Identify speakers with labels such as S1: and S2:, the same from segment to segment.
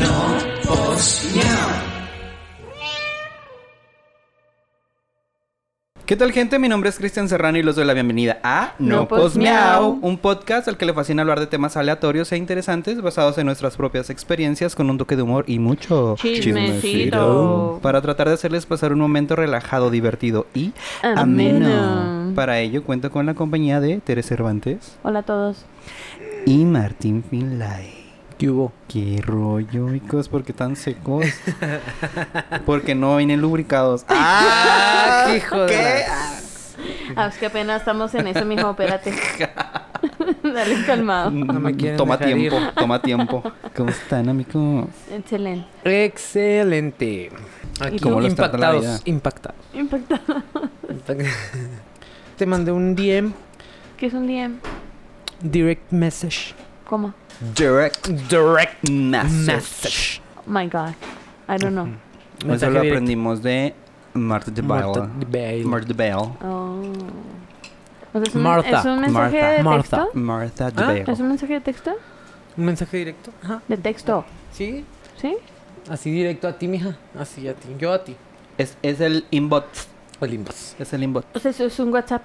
S1: No os miau.
S2: ¿Qué tal gente? Mi nombre es Cristian Serrano y los doy la bienvenida a
S3: No
S2: No Pos
S3: Pos
S2: Miau,
S3: Miau.
S2: un podcast al que le fascina hablar de temas aleatorios e interesantes basados en nuestras propias experiencias con un toque de humor y mucho
S3: Chismecito.
S2: para tratar de hacerles pasar un momento relajado, divertido y ameno.
S3: Ameno.
S2: Para ello cuento con la compañía de Teres Cervantes
S3: Hola a todos.
S2: y Martín Finlay.
S4: ¿Qué hubo?
S2: Qué rollo, chicos, porque tan secos. Porque no vienen lubricados.
S4: ¡Ah! ¡Qué hijo de
S3: Ah, es que apenas estamos en eso, mijo, espérate. Dale calmado.
S4: No me quieren
S2: toma
S4: dejar ir.
S2: tiempo, toma tiempo. ¿Cómo están, amigos?
S3: Excelente.
S4: la- ¡Excelente! Aquí
S3: ¿Cómo
S2: los trata la vida?
S4: impactados, impactados.
S3: Impactado.
S4: Impact- Te mandé un DM,
S3: ¿Qué es un DM?
S4: direct message.
S3: ¿Cómo?
S2: Direct
S4: Direct
S2: message.
S4: message.
S3: Oh my God. I don't know.
S2: Eso lo
S4: Mensaje directo.
S2: aprendimos de Marta de
S4: Marta
S2: Bail.
S4: de Bail.
S2: Marta de Bail.
S3: Oh. O sea, ¿es, un,
S4: Martha.
S3: ¿Es un mensaje
S4: Martha.
S3: de
S4: Martha.
S3: texto?
S2: Marta de
S4: Ah,
S2: Bail.
S3: ¿Es un mensaje de texto?
S4: ¿Un mensaje directo? Ajá.
S3: De texto.
S4: Sí,
S3: ¿Sí?
S4: así directo a ti, mija. Así a ti. Yo a ti.
S2: Es, es el inbot.
S4: Olimpas.
S2: Es el inbot.
S3: O sea, eso es un WhatsApp.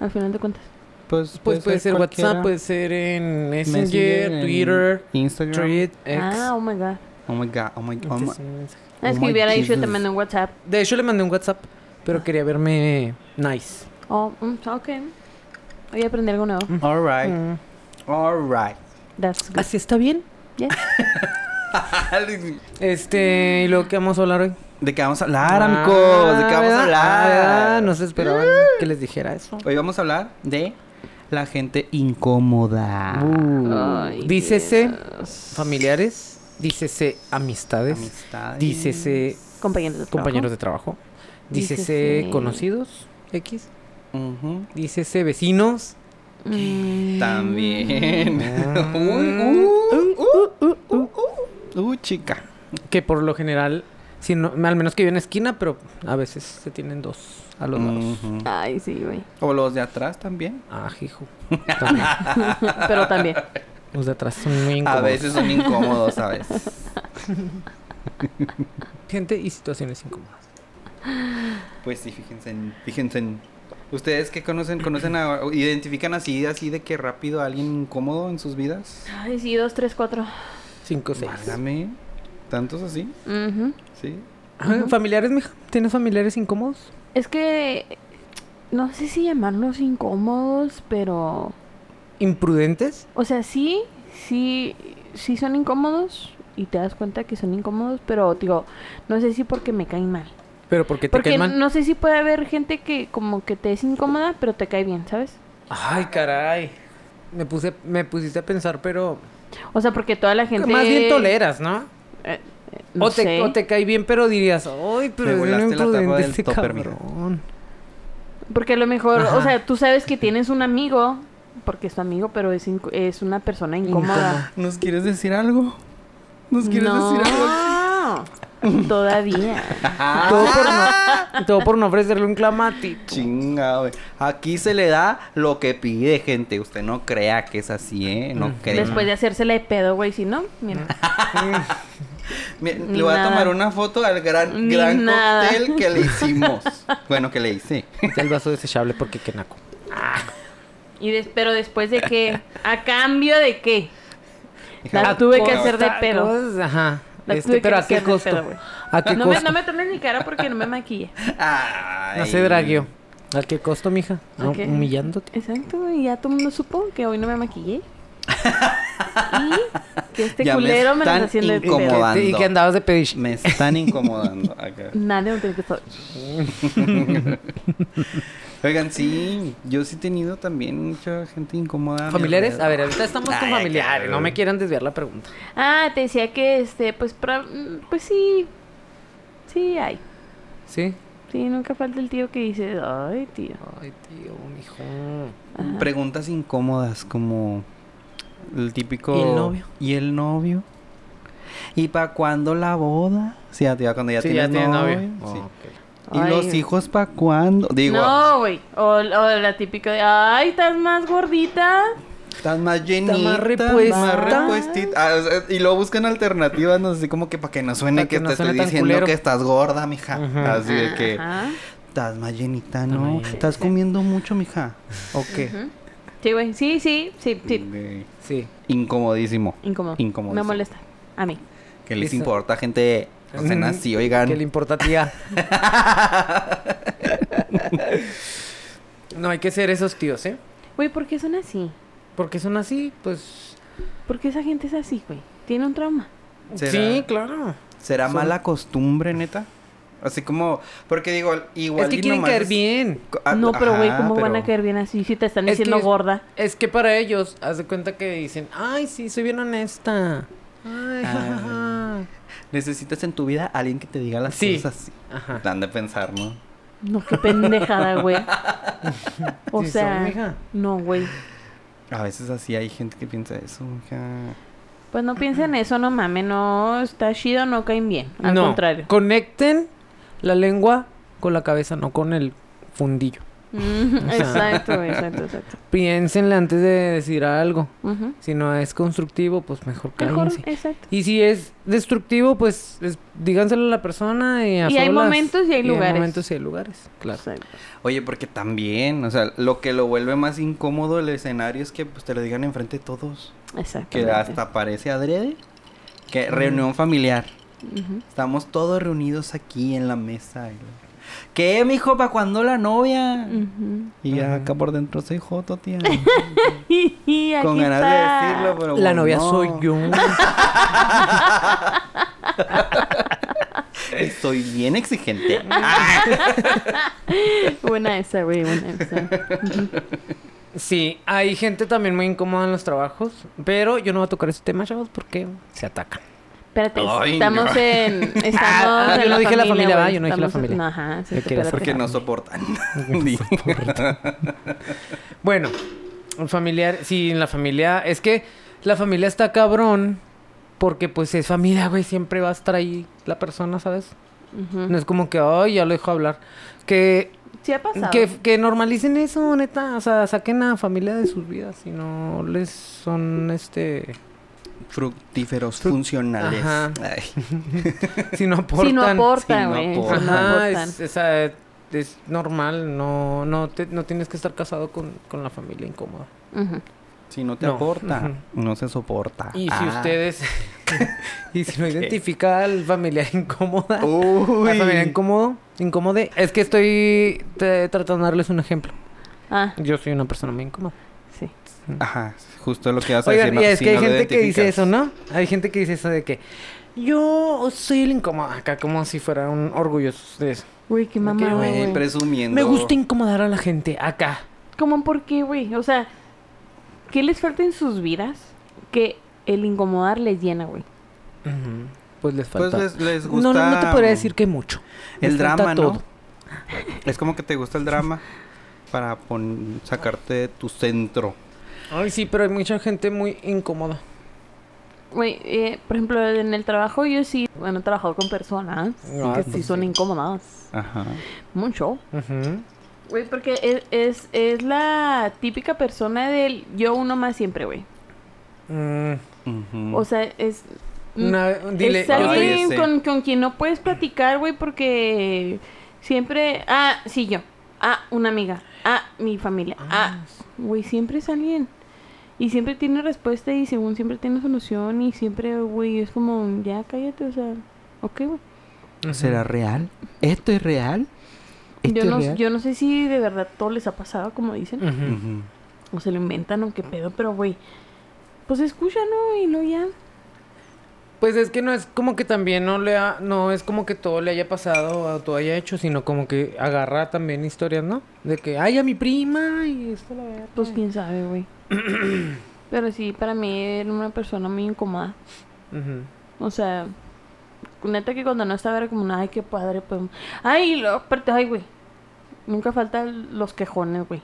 S3: Al final de cuentas.
S2: Pues,
S4: Pues puede ser
S2: cualquiera.
S4: WhatsApp, puede ser en Messenger,
S2: en
S4: Twitter,
S2: Instagram.
S4: Thread, X.
S3: Ah, oh my God. Ah,
S2: Oh my god, oh my god. oh my-
S4: Entonces, un mensaje.
S2: Oh
S3: Es que
S2: my
S3: hubiera dicho
S2: Jesus.
S3: yo te mando un WhatsApp.
S4: De hecho, le mandé un WhatsApp,
S2: Ah.
S4: pero quería verme nice.
S3: Oh, mm, ok. Voy a aprender algo nuevo.
S2: All right, all right.
S3: That's good.
S4: Mm. ¿Así está bien?
S3: Yeah.
S4: Este, ¿y luego qué vamos a hablar hoy?
S2: ¿De qué vamos a hablar, amigos? ¿De qué vamos a
S4: Ah, ¿verdad?
S2: hablar? Mm.
S4: Ah, no se esperaban que les dijera eso.
S2: Hoy vamos a hablar de la gente incómoda.
S4: Uh, Mm.
S3: Ay,
S4: dícese
S3: Dios.
S4: familiares, dícese amistades,
S2: Amistades.
S4: dícese
S3: Compañeros de trabajo.
S4: compañeros de trabajo, dícese
S3: Dícese-
S4: conocidos, X,
S2: Ujú.
S4: dícese vecinos.
S3: Mm,
S2: También.
S4: uh,
S2: Uh, chica.
S4: Que por lo general, si no- al menos que vive en esquina, pero a veces se tienen dos a los lados.
S2: Ujú.
S3: Ay, sí, güey.
S2: O los de atrás también.
S4: Ah, hijo.
S3: Pero también.
S4: Los de atrás son muy incómodos.
S2: A veces son incómodos, a veces.
S4: Gente y situaciones incómodas.
S2: Pues sí, fíjense en, fíjense en. ¿Ustedes qué conocen? ¿Conocen a, o identifican así, así de que rápido a alguien incómodo en sus vidas?
S3: Ay, sí, dos, tres, cuatro.
S4: Cinco, seis.
S2: Válgame. ¿Tantos así?
S3: Ujú.
S2: ¿Sí?
S4: Ajá, ¿Familiares, mija? ¿Tienes familiares incómodos?
S3: Es que. No sé si llamarlos incómodos, pero.
S4: ¿Imprudentes?
S3: O sea, sí, sí, sí son incómodos. Y te das cuenta que son incómodos, pero digo, no sé si porque me caen mal.
S4: ¿Pero porque te
S3: Porque
S4: caen mal?
S3: no sé si puede haber gente que como que te es incómoda, pero te cae bien, ¿sabes?
S4: Ay, caray. Me, puse, me pusiste a pensar, pero...
S3: O sea, porque toda la gente...
S4: Más bien toleras, ¿no?
S3: Eh, eh, no
S4: o, te,
S3: sé.
S4: o te cae bien, pero dirías... Ay, pero
S2: Me
S4: es bien
S2: volaste la tapa
S4: imprudente
S2: del
S4: este
S2: topper, mija.
S4: cabrón.
S3: Porque a lo mejor,
S4: Ajá.
S3: o sea, tú sabes que tienes un amigo, porque es tu amigo, pero es, inc- es una persona incómoda.
S2: ¿Nos quieres decir algo? ¿Nos quieres
S3: No.
S2: decir algo?
S4: Ah.
S3: Todavía.
S2: Ah.
S4: Todo por no, todo por no ofrecerle un clamatito.
S2: Chinga, güey. Aquí se le da lo que pide, gente. Usted no crea que es así, ¿eh? No crea.
S3: Después de hacérsela de pedo, güey, si no, mira.
S2: Mire,
S3: ni
S2: le voy a
S3: nada.
S2: tomar una foto al gran,
S3: Ni
S2: gran
S3: nada.
S2: cóctel que le hicimos. bueno, que le hice.
S4: Quita El vaso desechable porque qué naco.
S3: Y des- pero después de qué, a cambio de qué. La
S2: Hija,
S3: tuve que
S2: por-
S3: hacer de pedo.
S4: Pues, Ajá.
S3: La
S4: Este,
S3: tuve que
S4: pero ¿a qué
S3: hacer de
S4: costo?
S3: pedo, güey.
S2: Ah,
S4: ¿A qué
S3: No me,
S4: costo?
S3: no me tomes ni cara porque no me maquilla.
S2: Ay.
S4: No se dragueó. ¿A qué costo, mija? ¿A-
S3: Ok.
S4: Humillándote.
S3: Exacto, y ya todo el mundo supo que hoy no me maquillé. y que este
S2: Ya me
S3: culero me lo
S2: están
S3: está haciendo de
S4: ¿Qué
S2: incomodando.
S3: pedo.
S4: te- ¿Y que andabas de pediche?
S2: Me están incomodando. acá.
S3: Nadie me tiene que saber.
S2: Oigan, sí, yo sí he tenido también mucha gente incómoda. mi
S4: ¿Familiares? A
S2: alrededor.
S4: ver, ahorita estamos
S2: Ay,
S4: con
S2: ay,
S4: familiares.
S2: ay.
S4: No me quieran desviar la pregunta.
S3: Ah, te decía que este, pues, pra- mm, pues sí, sí hay.
S4: ¿Sí?
S3: Sí, nunca falta el tío que dice, ay, tío.
S4: Ay, tío, mijo.
S2: Preguntas incómodas como el típico...
S4: ¿Y el novio?
S2: ¿Y el novio? ¿Y para cuándo la boda? Sí, ya, ya, cuando ya
S4: sí,
S2: tienes
S4: ya tiene novio. Oh,
S2: Sí.
S4: Ok.
S2: ¿Y
S3: Ay.
S2: los hijos para cuándo? Digo,
S3: No, güey. O, o la típica de, ay, estás más gordita.
S2: estás más llenita,
S4: más
S2: más
S4: repuesta.
S2: repuestita. Ah, o sea, y luego buscan alternativas, no sé, como que para que no suene
S4: Para
S2: que,
S4: que no
S2: te
S4: suene
S2: estoy
S4: tan
S2: diciendo
S4: culero.
S2: que estás gorda, mija.
S4: Ajá.
S2: Así de que,
S3: Ajá.
S2: estás más llenita,
S4: más
S2: ¿no?
S4: llenita.
S2: Estás comiendo mucho, mija. ¿O qué?
S3: Sí, güey. Sí, sí, sí, sí.
S2: De-
S4: Sí.
S2: Incomodísimo.
S3: Incómodo.
S2: Incómodo,
S3: Me
S2: sí.
S3: molesta. A mí.
S2: ¿Qué les
S4: Listo.
S2: importa, gente? No sean así, oigan.
S4: ¿Qué le importa, tía? no hay que ser esos tíos, ¿eh?
S3: Güey, ¿por qué son así?
S4: Porque son así, pues.
S3: ¿Por qué esa gente es así, güey? Tiene un trauma.
S2: ¿Será?
S4: Sí, claro.
S2: ¿Será
S4: Son-
S2: mala costumbre, neta? Así como, porque digo, igual.
S4: es que
S2: y
S4: quieren
S2: nomás
S4: caer
S2: es-
S4: bien.
S2: Co- ah,
S3: no, pero güey,
S2: ajá,
S3: ¿cómo van
S2: pero-
S3: a caer bien así si te están
S4: Es
S3: diciendo
S4: que-
S3: gorda?
S4: Es que para ellos, haz de cuenta que dicen, ay, sí, soy bien honesta. Ay, ajá.
S2: Ah. Necesitas en tu vida a alguien que te diga las
S4: Sí.
S2: cosas así.
S4: Ajá.
S2: Dan de pensar, ¿no?
S3: No, qué pendejada, güey. O
S4: Sí,
S3: sea,
S4: son, mija.
S3: no, güey.
S2: A veces así hay gente que piensa eso, mija.
S3: Pues no piensen eso, no mames, no está chido, no caen bien. Al
S4: no,
S3: contrario.
S4: Conecten la lengua con la cabeza, no con el fundillo.
S3: Mm,
S4: O sea.
S3: exacto, güey, exacto, exacto.
S4: Piénsenle antes de decir algo.
S3: Ujú.
S4: Si no es constructivo, pues mejor
S3: Mejor,
S4: cállense.
S3: exacto.
S4: Y si es destructivo, pues es- díganselo a la persona y a
S3: Y hay
S4: solas.
S3: momentos y hay lugares.
S4: momentos y hay lugares, claro.
S3: Exacto.
S2: Oye, porque también, o sea, lo que lo vuelve más incómodo el escenario es que pues, te lo digan enfrente de todos. Que
S3: Exactamente.
S2: hasta parece adrede. Que reunión familiar.
S3: Ujú.
S2: Estamos todos reunidos aquí en la mesa. y- ¿Qué, mijo? ¿Para cuándo la novia?
S4: Mm.
S3: Ujú.
S2: Y ya acá por dentro soy joto, tía.
S3: Y aquí
S2: Con ganas
S3: está.
S2: de decirlo, pero
S4: La
S2: pues,
S4: novia
S2: no.
S4: soy yo.
S2: Y Soy bien exigente. Ah, pues.
S3: Buena esa, güey, buena esa.
S4: Sí, hay gente también muy incómoda en los trabajos, pero yo no voy a tocar ese tema, chavos, porque se atacan.
S3: Espérate,
S2: Ay,
S3: estamos
S2: no.
S3: en. Estamos
S4: Ah, yo
S3: en
S4: no dije la familia,
S3: güey,
S4: va, yo no dije la
S3: estamos-
S4: familia.
S3: no, ajá, sí,
S4: Yo
S3: sí,
S4: quería
S3: espérate.
S2: Porque no soportan.
S4: Bueno, un familiar, sí, en la familia, es que la familia está cabrón porque pues es familia, güey, siempre va a estar ahí la persona, ¿sabes?
S3: Ujú.
S4: No es como que, ay, ya lo dejo hablar. Que,
S3: Sí ha pasado.
S4: que, que normalicen eso, neta, o sea, saquen a familia de sus vidas y no les son, este,
S2: Fructíferos
S4: Fru-
S2: funcionales.
S4: Ajá.
S2: Ay.
S4: si no aportan.
S3: Si no
S2: sí,
S3: aportan,
S2: no
S3: güey. si no
S2: aportan.
S4: Ajá,
S3: aportan.
S4: es, esa- es normal, no, no, te- no tienes que estar casado con, con la familia incómoda.
S3: Ujú.
S2: Si no te
S4: No.
S2: aporta,
S4: Ujú.
S2: no se soporta.
S4: Y si
S2: Ah.
S4: ustedes, y si no identifica al familiar incómoda,
S2: Uy.
S4: al familiar incómodo, incómode, es que estoy te- tratando de darles un ejemplo.
S3: Ah,
S4: Yo soy una persona muy incómoda.
S3: sí.
S2: Ajá, justo lo que vas a decir.
S4: Oigan,
S2: no-
S4: y es
S2: si
S4: que hay
S2: no lo
S4: gente que dice
S2: identificas.
S4: eso, ¿no? Hay gente que dice eso de que yo soy el incómodo acá, como si fueran orgullosos de eso.
S3: Güey, qué mamada,
S2: Güey,
S3: güey.
S2: presumiendo.
S4: Me gusta incomodar a la gente acá.
S3: ¿Cómo por qué, güey? O sea, ¿qué les falta en sus vidas que el incomodar les llena, güey?
S4: Ujú. Pues les falta.
S2: Pues les, les gusta. mm,
S4: No, no, no te podría decir que mucho.
S2: El
S4: Les falta
S2: drama, ¿no?
S4: todo.
S2: Es como que te gusta el drama para pon- sacarte de tu centro.
S4: Ay, sí, pero hay mucha gente muy incómoda.
S3: Güey, eh, por ejemplo, en el trabajo yo sí, bueno, he trabajado con personas
S4: Ah,
S3: que
S4: pues
S3: sí son
S4: sí.
S3: incómodas.
S2: Ajá.
S3: Mucho.
S4: Ujú.
S3: Güey, porque es, es, es la típica persona del yo uno más siempre, güey.
S4: Mm,
S2: Ujú.
S3: O sea, es... mm,
S4: una- dile,
S3: es
S4: yo
S2: Ay,
S4: estoy-
S3: alguien
S2: ese.
S3: con, con quien no puedes platicar, güey, porque siempre... Ah, sí, yo. Ah, una amiga. Ah, mi familia. Ah, güey, siempre es alguien. Y siempre tiene respuesta y según siempre tiene solución y siempre, güey, es como, ya cállate, o sea, ok, güey.
S4: Ujú.
S2: ¿Será real? ¿Esto es real?
S3: Yo
S2: es
S3: no,
S2: real?
S3: yo no sé si de verdad todo les ha pasado, como dicen,
S4: Ujú.
S2: Ujú.
S3: o se lo inventan o qué pedo, pero, güey, pues escucha, ¿no? Y no ya.
S4: Pues es que no es como que también no le ha- no es como que todo le haya pasado o todo haya hecho, sino como que agarra también historias, ¿no? De que ay a mi prima y esto la verdad.
S3: Pues quién sabe, güey. pero sí, para mí era una persona muy incómoda. O sea, neta que cuando no estaba era como, ay, qué padre, pues. Ay, y luego, aparte, ay, güey. Nunca faltan los quejones, güey.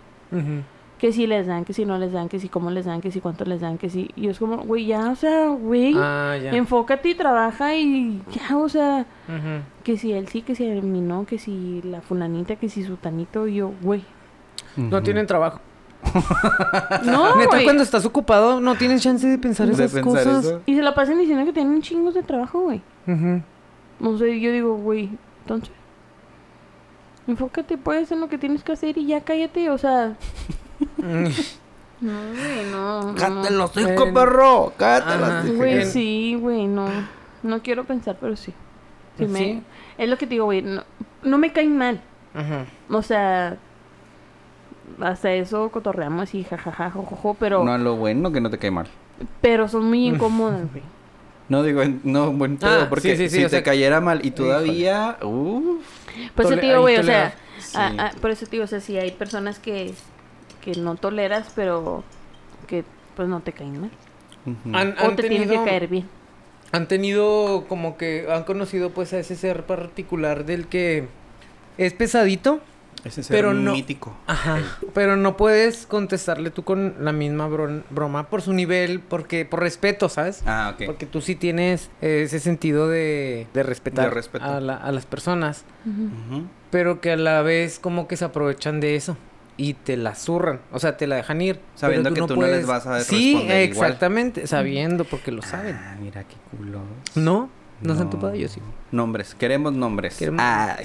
S3: Que si les dan, que si no les dan, que si cómo les dan, que si cuánto les dan, que si... Y es como, güey, ya, o sea, güey,
S4: Ah, ya.
S3: enfócate y trabaja y ya, o sea...
S4: Ujú.
S3: Que si él sí, que si él no, que si la fulanita, que si su tanito, y yo, güey.
S4: No tienen trabajo.
S3: No,
S4: Neta,
S3: güey.
S4: cuando estás ocupado, no tienes chance de pensar
S2: De
S4: esas
S2: pensar
S4: cosas.
S2: eso.
S3: Y se la pasan diciendo que tienen chingos de trabajo, güey.
S4: Ujú.
S3: O sea, yo digo, güey, entonces. Enfócate, pues, en lo que tienes que hacer y ya cállate, o sea. no, güey, no. no.
S2: Cállate soy
S4: Bueno.
S2: perro.
S4: Ajá.
S2: Cállate
S3: Güey,
S4: En-
S3: sí, güey, no. No quiero pensar, pero sí. Sí me-
S4: ¿Sí?
S3: Es lo que te digo, güey. No, no me caen mal.
S4: Ajá.
S3: O sea. Hasta eso cotorreamos y jajaja, jojojo, pero.
S2: No, lo bueno que no te cae mal.
S3: Pero son muy incómodas, güey.
S2: No, digo, en- no, buen pedo,
S4: Ah,
S2: porque
S4: sí, sí, sí,
S2: si
S4: o
S2: te
S4: sea-
S2: cayera mal y todavía, uff.
S3: Por eso
S4: Tole-
S3: te digo,
S4: ahí
S3: güey, o sea,
S2: toleras.
S3: ah,
S2: Sí.
S3: ah, por eso te digo, o sea, si hay personas que, que no toleras, pero que pues no te caen mal.
S2: Mm.
S4: ¿Han,
S3: O
S4: han
S3: te tienen que
S4: tenido-
S3: caer bien.
S4: Han tenido como que han conocido pues a ese ser particular del que es pesadito,
S2: Ese ser
S4: pero no-
S2: mítico.
S4: ajá, pero no puedes contestarle tú con la misma bron- broma por su nivel, porque por respeto, ¿sabes?
S2: Ah, ok.
S4: Porque tú sí tienes eh, ese sentido de, de respetar
S2: De respeto.
S4: A, la- a las personas,
S2: Ujú.
S4: pero que a la vez como que se aprovechan de eso y te la zurran, o sea, te la dejan ir.
S2: Sabiendo
S4: pero tú
S2: que
S4: no
S2: tú no les
S4: puedes-
S2: vas a
S4: Sí,
S2: responder igual.
S4: exactamente, sabiendo porque lo saben.
S2: Ah, mira qué culo.
S4: ¿No? ¿No, se han topado? Yo sí.
S2: Nombres, queremos nombres.
S4: Queremos-
S2: Ah,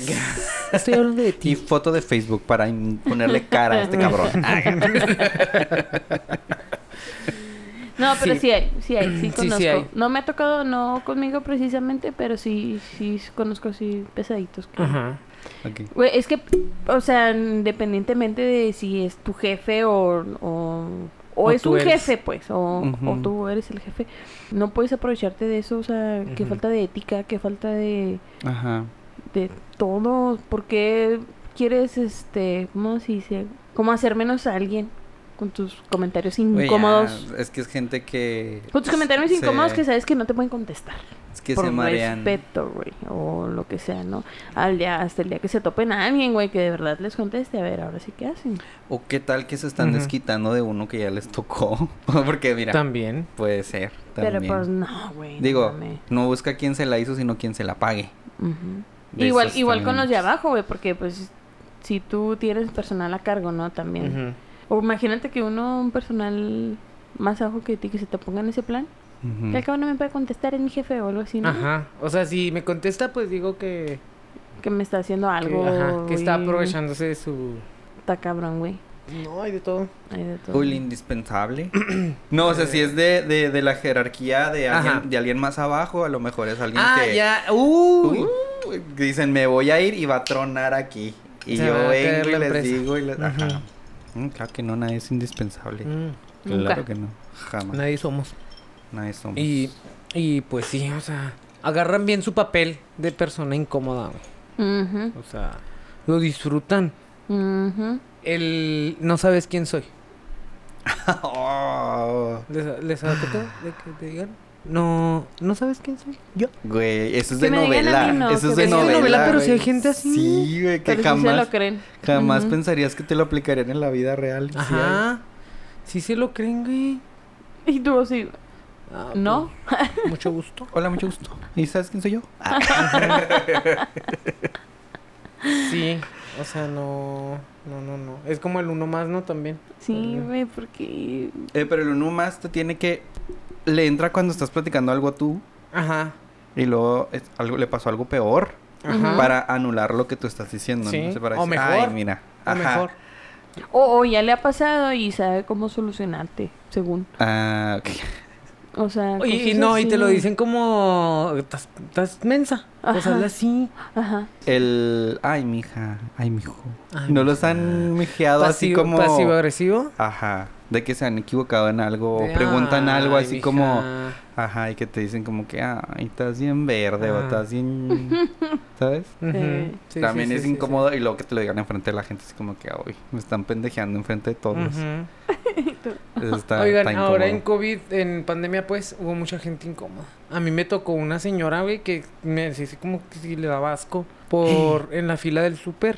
S4: Estoy hablando de ti.
S2: y foto de Facebook para in- ponerle cara a este cabrón. Ah,
S3: No, pero
S4: Sí.
S3: sí, hay, sí hay, sí
S4: Sí, sí
S3: conozco.
S4: hay.
S3: No me ha tocado, no conmigo precisamente, pero sí, sí conozco así pesaditos. que-
S4: Ajá.
S2: ok.
S3: Güey, es que, o sea, independientemente de si es tu jefe o... o... o
S4: O
S3: es
S4: tú
S3: un
S4: eres.
S3: jefe, pues, o, o
S2: Ujú.
S3: tú eres el jefe. No puedes aprovecharte de eso, o sea, qué
S4: Ujú.
S3: falta de ética, qué falta de,
S2: Ajá.
S3: de todo. ¿Por qué quieres, este, cómo se dice? ¿Cómo hacer menos a alguien con tus comentarios
S2: Güey,
S3: incómodos?
S2: ya, es que es gente que.
S3: Con tus comentarios
S2: se-
S3: incómodos que sabes que no te pueden contestar.
S2: Es que
S3: por
S2: se marean.
S3: respeto, güey, o lo que sea, ¿no? Al día, hasta el día que se topen a alguien, güey, que de verdad les conteste, a ver, ahora sí qué hacen.
S2: O qué tal que se están
S4: Ujú.
S2: desquitando de uno que ya les tocó. Porque mira,
S4: También.
S2: puede ser.
S3: Pero
S2: también.
S3: pues no, güey. no
S2: Digo,
S3: mames.
S2: no busca quién se la hizo, sino quién se la pague.
S3: Ujú.
S2: de
S3: Igual,
S2: esos
S3: igual con
S2: también.
S3: los de abajo, güey, porque pues si tú tienes personal a cargo, ¿no? También.
S4: Ujú.
S3: O imagínate que uno, un personal más abajo que ti, que se te ponga en ese plan,
S2: Ujú.
S3: que al cabo no me puede contestar, es mi jefe o algo así, ¿no?
S4: Ajá. O sea, si me contesta, pues digo que.
S3: Que me está haciendo algo.
S4: Que, ajá, que está
S3: y
S4: aprovechándose de su.
S3: Está cabrón, güey.
S4: No, hay de todo.
S3: Hay de todo.
S2: O el indispensable. no, o sea, si es de, de, de la jerarquía de
S4: Ajá.
S2: alguien, de alguien más abajo, a lo mejor es alguien
S4: Ah,
S2: que.
S4: ya. Uy.
S2: Uh, que dicen, me voy a ir y va a tronar aquí. Y
S4: Se va a
S2: yo
S4: caer
S2: vengo y
S4: la
S2: les
S4: empresa.
S2: digo y les. Ajá.
S4: Ujú.
S2: Mm, claro que no, nadie es indispensable.
S4: Mm,
S2: Claro
S3: Nunca.
S2: que no. Jamás. Nadie,
S4: Nadie somos.
S2: somos.
S4: Y, y pues sí, o sea. Agarran bien su papel de persona incómoda, güey.
S3: Ujú,
S4: O sea, lo disfrutan.
S3: ujú.
S4: El. No sabes quién soy.
S2: Oh,
S4: ¿Les, les ha tocado de que te digan? No, no sabes quién soy. Yo.
S2: güey, eso es
S3: Que
S2: de
S3: me digan a
S2: novela.
S3: mí no,
S2: eso es
S3: que
S2: de
S3: me digan-
S2: novela.
S3: Es de novela,
S4: pero
S2: güey.
S4: sí hay gente así.
S2: Sí, güey, que
S3: Pero sí se
S2: jamás.
S3: lo creen.
S2: Jamás
S3: Ujú.
S2: pensarías que te lo aplicarían en la vida real. Sí, ay.
S4: Ajá. Sí se lo creen, güey.
S3: Y tú así,
S4: Ah,
S3: ¿no?
S4: pues, mucho gusto.
S2: Hola, mucho gusto. ¿Y sabes quién soy yo? Ah,
S4: Sí, o sea, no, no, no, no. Es como el uno más, ¿no? También.
S3: Sí, güey, porque...
S2: eh, pero el uno más te tiene que. Le entra cuando estás platicando algo a tú
S4: Ajá.
S2: y luego es- algo, le pasó algo peor
S4: Ajá.
S2: para anular lo que tú estás diciendo.
S4: Sí,
S2: ¿no? Se parece,
S4: o mejor,
S2: Ay, mira.
S4: A
S2: ajá.
S4: mejor.
S3: O o ya le ha pasado y sabe cómo solucionarte, según.
S2: Ah, ok.
S3: O sea...
S4: Y, y
S3: cosas
S4: no, y te
S3: así.
S4: lo dicen como. Estás, estás mensa. Pues
S3: Ajá.
S4: hazle así.
S3: Ajá.
S2: El. Ay, mija. Ay, mijo.
S4: Ay,
S2: no los han mijeado así
S4: Pasivo-
S2: como.
S4: Pasivo-agresivo.
S2: Ajá. De que se han equivocado en algo.
S4: De,
S2: o preguntan algo
S4: "Ay,
S2: así
S4: mija".
S2: como. Ajá, y que te dicen como que, ay, estás bien verde o
S4: Ah.
S2: estás bien... ¿Sabes?
S4: Ujú.
S3: Sí.
S4: Sí,
S2: También
S4: sí,
S2: es
S4: sí, sí,
S2: incómodo y luego que te lo digan enfrente de la gente, así como que, ay, me están pendejeando enfrente de
S4: sí.
S2: todos.
S4: Ujú.
S2: Eso está-
S4: Oigan,
S2: está
S4: ahora en
S2: incómodo.
S4: COVID, en pandemia, pues, hubo mucha gente incómoda. A mí me tocó una señora, güey, que me decía así como que si le daba asco por en la fila del súper.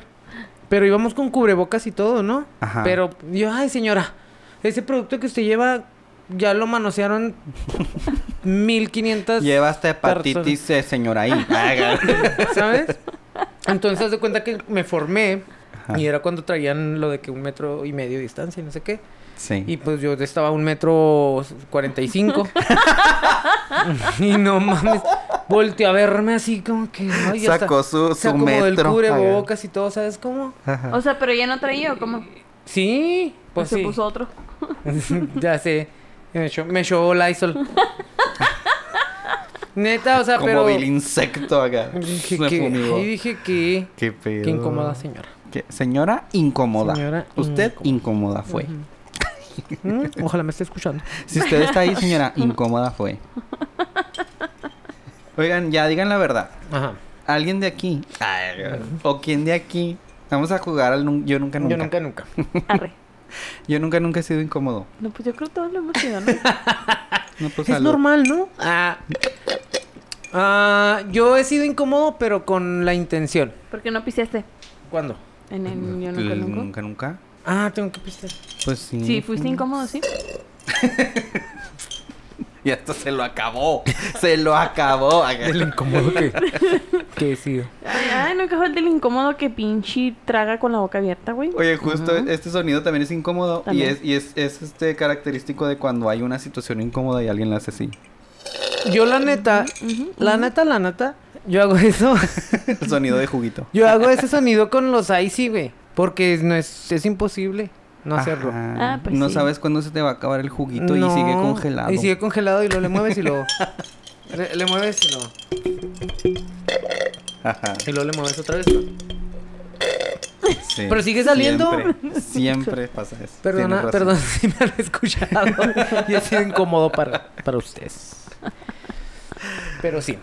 S4: Pero íbamos con cubrebocas y todo, ¿no?
S2: Ajá.
S4: Pero yo, ay, señora, ese producto que usted lleva ya lo manosearon 1500
S2: Lleva hasta hepatitis, eh, señora ahí.
S4: ¿Sabes? Entonces, haz de cuenta que me formé.
S2: Ajá.
S4: Y era cuando traían lo de que un metro y medio de distancia y no sé qué.
S2: sí.
S4: Y pues yo estaba a un metro cuarenta y cinco. Y no mames. Volteó a verme así como que... Ay, ya
S2: Sacó su- su
S4: sacó como del
S2: metro.
S4: cubrebocas y todo, ¿sabes cómo?
S2: Ajá.
S3: O sea, pero ya no traía, ¿o cómo?
S4: Sí, pues
S3: se
S4: sí.
S3: puso otro.
S4: ya sé. Me echó, me echó Lysol. Neta, o sea,
S2: Como
S4: pero...
S2: vil insecto acá.
S4: Dije
S2: Se
S4: que...
S2: fumigó.
S4: ay, dije que...
S2: Qué pedo.
S4: Qué incómoda señora.
S2: Qué- Señora incómoda.
S4: Señora
S2: Usted incómoda fue.
S4: Mm, Ojalá me esté escuchando.
S2: Si usted está ahí, señora, incómoda fue. Oigan, ya digan la verdad.
S4: Ajá.
S2: ¿Alguien de aquí? ¿O quién de aquí? Vamos a jugar al nun- yo nunca nunca.
S4: Yo nunca, nunca.
S3: Arre.
S2: Yo nunca nunca he sido incómodo.
S3: No, pues yo creo que todos lo hemos sido, ¿no?
S2: No, pues,
S4: es
S2: salud.
S4: normal, ¿no? Ah. Ah, yo he sido incómodo, pero con la intención.
S3: ¿Por qué no piseaste?
S4: ¿Cuándo?
S3: En el yo nunca
S2: El
S3: nunca.
S2: Pues, nunca nunca.
S4: Ah, tengo que pisar.
S2: Pues sí.
S3: Sí, fuiste incómodo, sí.
S2: Y hasta se lo acabó. se lo acabó.
S4: El incómodo que, que he sido.
S3: Ay, ay, no quejó el del incómodo que pinche traga con la boca abierta, güey.
S2: Oye, justo este sonido también es incómodo
S3: También.
S2: y es y es, es este característico de cuando hay una situación incómoda y alguien la hace así.
S4: Yo la neta, la neta, la neta, yo hago eso.
S2: El sonido de juguito.
S4: Yo hago ese sonido con los icy, güey. Porque no es, es imposible no hacerlo.
S2: Ajá.
S3: Ah, pues
S2: no
S3: sí.
S2: sabes cuándo se te va a acabar el juguito y
S4: No,
S2: sigue congelado.
S4: Y sigue congelado y lo le mueves y lo... le, le mueves y lo...
S2: Ajá,
S4: Y luego le mueves otra vez.
S2: sí.
S4: Pero sigue saliendo.
S2: Siempre, siempre pasa eso. Tienes
S4: Perdona,
S2: razón.
S4: perdón si me han escuchado y ha sido incómodo para, para ustedes. Pero sí,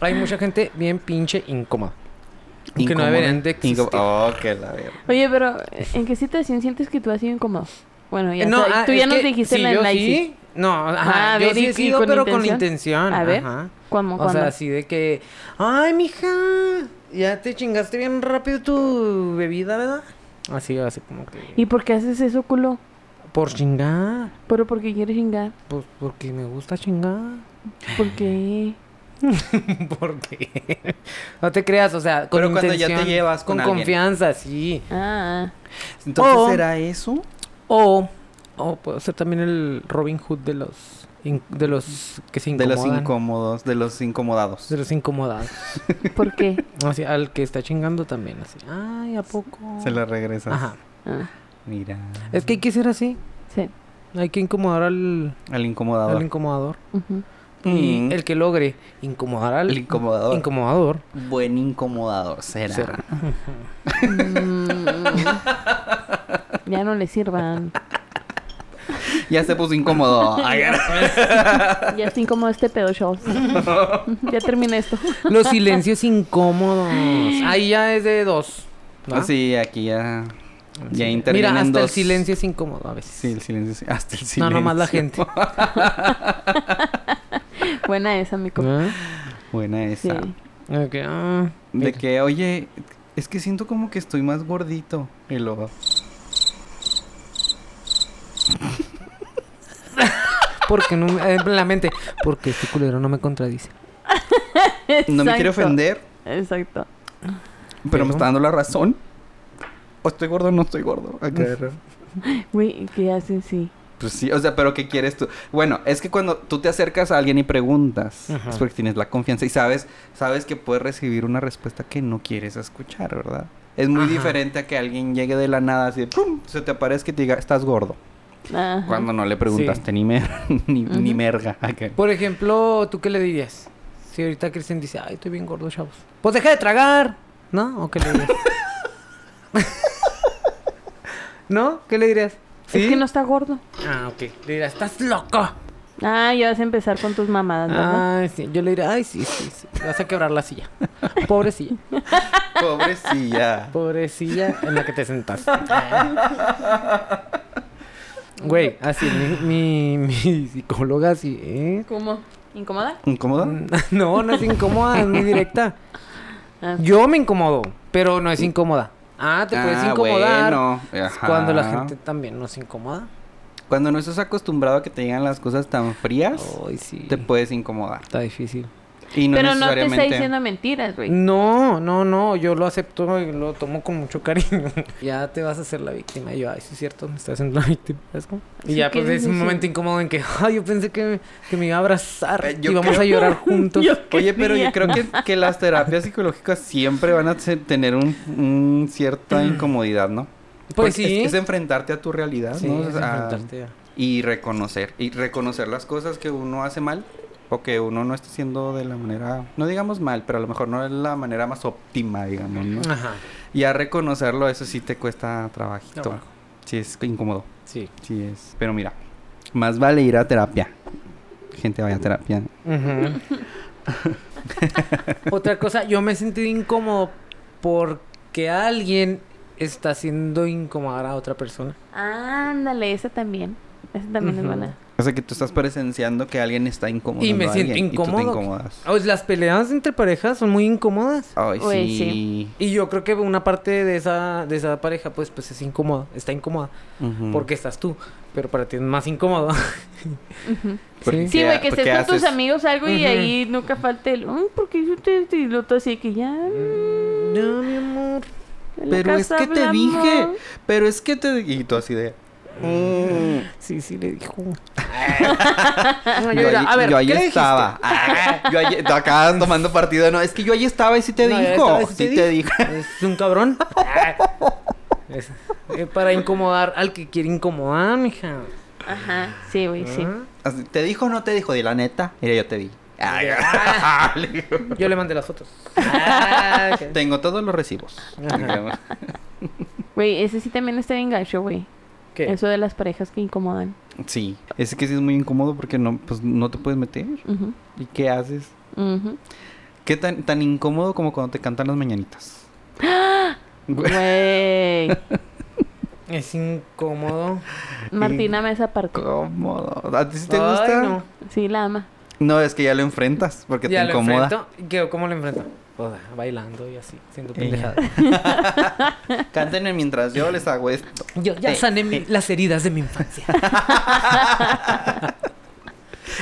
S4: hay mucha gente bien pinche incómoda. Que no
S2: Incómodo,
S4: deberían de
S2: incómodo.
S4: existir.
S2: Oh, que la verga.
S3: Oye, pero ¿en qué situación sientes que tú has sido incómodo? Bueno, ya
S4: No,
S3: sabes,
S4: ah,
S3: tú ya
S4: es
S3: nos
S4: que
S3: dijiste en
S4: sí,
S3: la
S4: yo
S3: análisis.
S4: sí. No, ajá,
S3: Ah,
S4: yo
S3: ver,
S4: sí
S3: y-
S4: he
S3: y
S4: sido,
S3: con
S4: pero con
S3: intención.
S4: intención.
S3: A ver,
S4: ajá.
S3: ¿cómo,
S4: O
S3: cuándo?
S4: sea, así de que, ay, mija, ya te chingaste bien rápido tu bebida, ¿verdad? Así, así como que...
S3: ¿Y por qué haces eso, culo?
S4: Por chingar,
S3: Pero porque quieres chingar.
S4: pues porque me gusta chingar.
S3: ¿Por qué?
S4: Porque no te creas, o sea, con
S2: Pero cuando ya te
S4: intención,
S2: llevas
S4: con,
S2: con alguien.
S4: confianza, sí.
S3: Ah,
S2: Entonces,
S4: O-
S2: ¿era eso?
S4: O o puedo ser también el Robin Hood de los in- de los que se
S2: De
S4: incomodan.
S2: los incómodos, de los incomodados.
S4: de los incomodados.
S3: ¿por qué?
S4: Así, al que está chingando también, así. Ay, ¿a poco?
S2: Se la regresas.
S4: Ajá.
S3: Ah,
S2: Mira.
S4: Es que hay que ser así.
S3: sí.
S4: Hay que incomodar al,
S2: Al
S4: al
S2: incomodador.
S4: incomodador.
S3: ujú.
S4: Y
S2: Mm.
S4: el que logre incomodar al
S2: El incomodador.
S4: incomodador.
S2: Buen incomodador será.
S4: Será.
S3: Mm. ya no le sirvan.
S2: Ya se puso incómodo. Ay,
S3: Ya está incómodo este pedo, shows. ya terminé esto.
S4: Los silencios incómodos. Ahí ya es de dos. ¿va?
S2: Sí, aquí ya. Ya intervienen
S4: Mira, hasta el
S2: dos.
S4: silencio es incómodo a veces.
S2: Sí, el silencio. sí. Hasta el
S4: No,
S2: silencio.
S4: nomás la gente.
S3: Buena esa, mi compa.
S4: Ah,
S2: Buena
S3: Sí.
S2: esa.
S4: ok, ah,
S2: De que, oye, es que siento como que estoy más gordito. Y luego.
S4: Porque no me- eh, la mente, porque este culero no me contradice.
S2: No me quiero
S3: Exacto,
S2: ofender,
S3: Exacto.
S2: pero,
S4: Pero-
S2: me está dando la razón. O estoy gordo o no estoy gordo. Acá.
S3: Güey, ¿qué hacen? Sí.
S2: Pues sí, o sea, pero ¿qué quieres tú? Bueno, es que cuando tú te acercas a alguien y preguntas,
S4: Ajá.
S2: es porque tienes la confianza y sabes, sabes que puedes recibir una respuesta que no quieres escuchar, ¿verdad? Es muy
S4: Ajá.
S2: diferente a que alguien llegue de la nada así de pum, se te aparezca y te diga, estás gordo.
S3: Ajá.
S2: Cuando no le preguntaste ni, mer- ni, ni
S3: Ujú.
S2: merga. acá.
S4: Por ejemplo, ¿tú qué le dirías? Si ahorita Cristian dice, ay, estoy bien gordo, chavos. Pues deja de tragar. ¿No? ¿O qué le dirías? ¿No? ¿Qué le dirías?
S3: Es que no está gordo.
S4: Ah, ok. Le dirás, estás loco.
S3: Ah, ya vas a empezar con tus mamadas,
S2: Ah.
S3: ¿verdad?
S4: Ay, sí. Yo le diría, ay, sí, sí, sí. Vas a quebrar la silla. Pobrecilla.
S2: Pobrecilla.
S4: Pobrecilla en la que te sentaste. Güey, así mi, mi, mi psicóloga así, ¿eh?
S3: ¿Cómo? ¿Incomoda?
S2: ¿Incómoda?
S4: No, no es incómoda, es muy directa.
S3: Ah.
S4: Yo me incomodo, pero no es incómoda. Ah, te puedes
S2: Ah,
S4: incomodar.
S2: bueno,
S4: Es
S2: ajá.
S4: Cuando la gente también nos incomoda.
S2: Cuando no estás acostumbrado a que te llegan las cosas tan frías,
S4: Ay, sí.
S2: te puedes incomodar.
S4: Está difícil.
S2: Y no
S3: Pero no te
S2: necesariamente... Mm.
S3: está diciendo mentiras, güey.
S4: No, no, no, yo lo acepto y lo tomo con mucho cariño. ya te vas a hacer la víctima. Y yo, ay, sí es cierto, me estás haciendo la víctima. ¿sabes cómo? Y
S3: Sí,
S4: ya,
S3: qué
S4: pues es un
S3: difícil.
S4: momento incómodo en que, ay, yo pensé que, que me iba a abrazar
S2: Eh, yo
S4: y vamos a llorar juntos. Pues
S3: Yo
S2: Oye, pero yo
S3: quería.
S2: creo que, que las terapias psicológicas siempre van a se- tener un, un cierta incomodidad, ¿no? Porque
S4: Mm. pues sí.
S2: Es, es enfrentarte a tu realidad,
S4: Sí,
S2: ¿no? Ah.
S4: es
S2: O sea,
S4: enfrentarte a-
S2: Y reconocer. Y reconocer las cosas que uno hace mal o que uno no está haciendo de la manera, no digamos mal, pero a lo mejor no es la manera más óptima, digamos, ¿no?
S4: Ajá.
S2: Y a reconocerlo, eso sí te cuesta trabajito.
S4: Trabajo.
S2: Sí, es incómodo.
S4: Sí.
S2: Sí, es. Pero mira, más vale ir a terapia. Gente, vaya a terapia.
S4: Otra cosa, yo me he sentido incómodo porque alguien está haciendo incomodar a otra persona.
S3: Ándale, esa también. Esa también es
S4: Ujú.
S3: buena.
S2: O sea que tú estás presenciando que alguien está incómodo.
S4: Y me siento
S2: Y tú
S4: incómodo.
S2: te incomodas.
S4: Ah, pues, las peleas entre parejas son muy incómodas.
S2: Ay,
S3: Oye,
S2: sí.
S4: Y yo creo que una parte de esa, de esa pareja, pues, pues es incómoda, está incómoda,
S2: Ujú.
S4: porque estás tú, pero para ti es más incómodo.
S3: Ujú.
S2: ah, Porque-
S4: Sí.
S3: Sí, güey, que
S2: ¿Por qué
S3: estés con tus
S2: haces?
S3: amigos algo y
S4: Ujú.
S3: ahí nunca falta el, ay, ¿por qué yo te, te-" y lo todo así que ya?
S4: No, mi amor.
S3: en la
S2: Pero es
S3: casa
S2: que te
S3: hablamos".
S2: dije. Pero es que te. Y tú así de. mm.
S4: Sí, sí, le dijo.
S2: Yo,
S4: yo era,
S2: ahí-
S4: a ver,
S2: yo ahí
S4: ¿qué le
S2: estaba. Ah, yo ahí- tú acá tomando partido. No, es que yo ahí estaba y sí te
S4: No, ya
S2: dijo.
S4: estaba,
S2: Sí te dijo.
S4: Es un cabrón. Es- eh, para incomodar al que quiere incomodar, mija.
S3: Ajá, sí, güey, sí.
S4: Ah.
S2: Así, ¿Te dijo o no te dijo? De la neta. Mira, yo te vi. Ay, le digo,
S4: Yo le mandé las fotos. Ah,
S2: Tengo todos los recibos.
S4: Ajá.
S3: Güey, ese sí también está bien gacho, güey.
S4: ¿Qué?
S3: Eso de las parejas que incomodan.
S2: Sí. Es que sí es muy incómodo porque no, pues, no te puedes meter.
S3: Ujú,
S2: ¿Y qué haces?
S3: ujú.
S2: ¿Qué tan, tan incómodo como cuando te cantan las mañanitas? Güey.
S3: Güey.
S4: Es incómodo.
S3: Martina me apartó.
S2: Incómodo. ¿A ti sí te
S4: Ay,
S2: gusta?
S4: no.
S2: No.
S3: Sí, la ama.
S2: es que ya lo enfrentas porque
S4: Ya
S2: te
S4: lo
S2: incomoda.
S4: enfrento. ¿Y qué- ¿Cómo lo enfrento? Pues, ah, bailando y así, siendo
S2: Ella.
S4: pendejada.
S2: Cántenme mientras yo les hago esto.
S4: Yo ya sané mi- las heridas de mi infancia.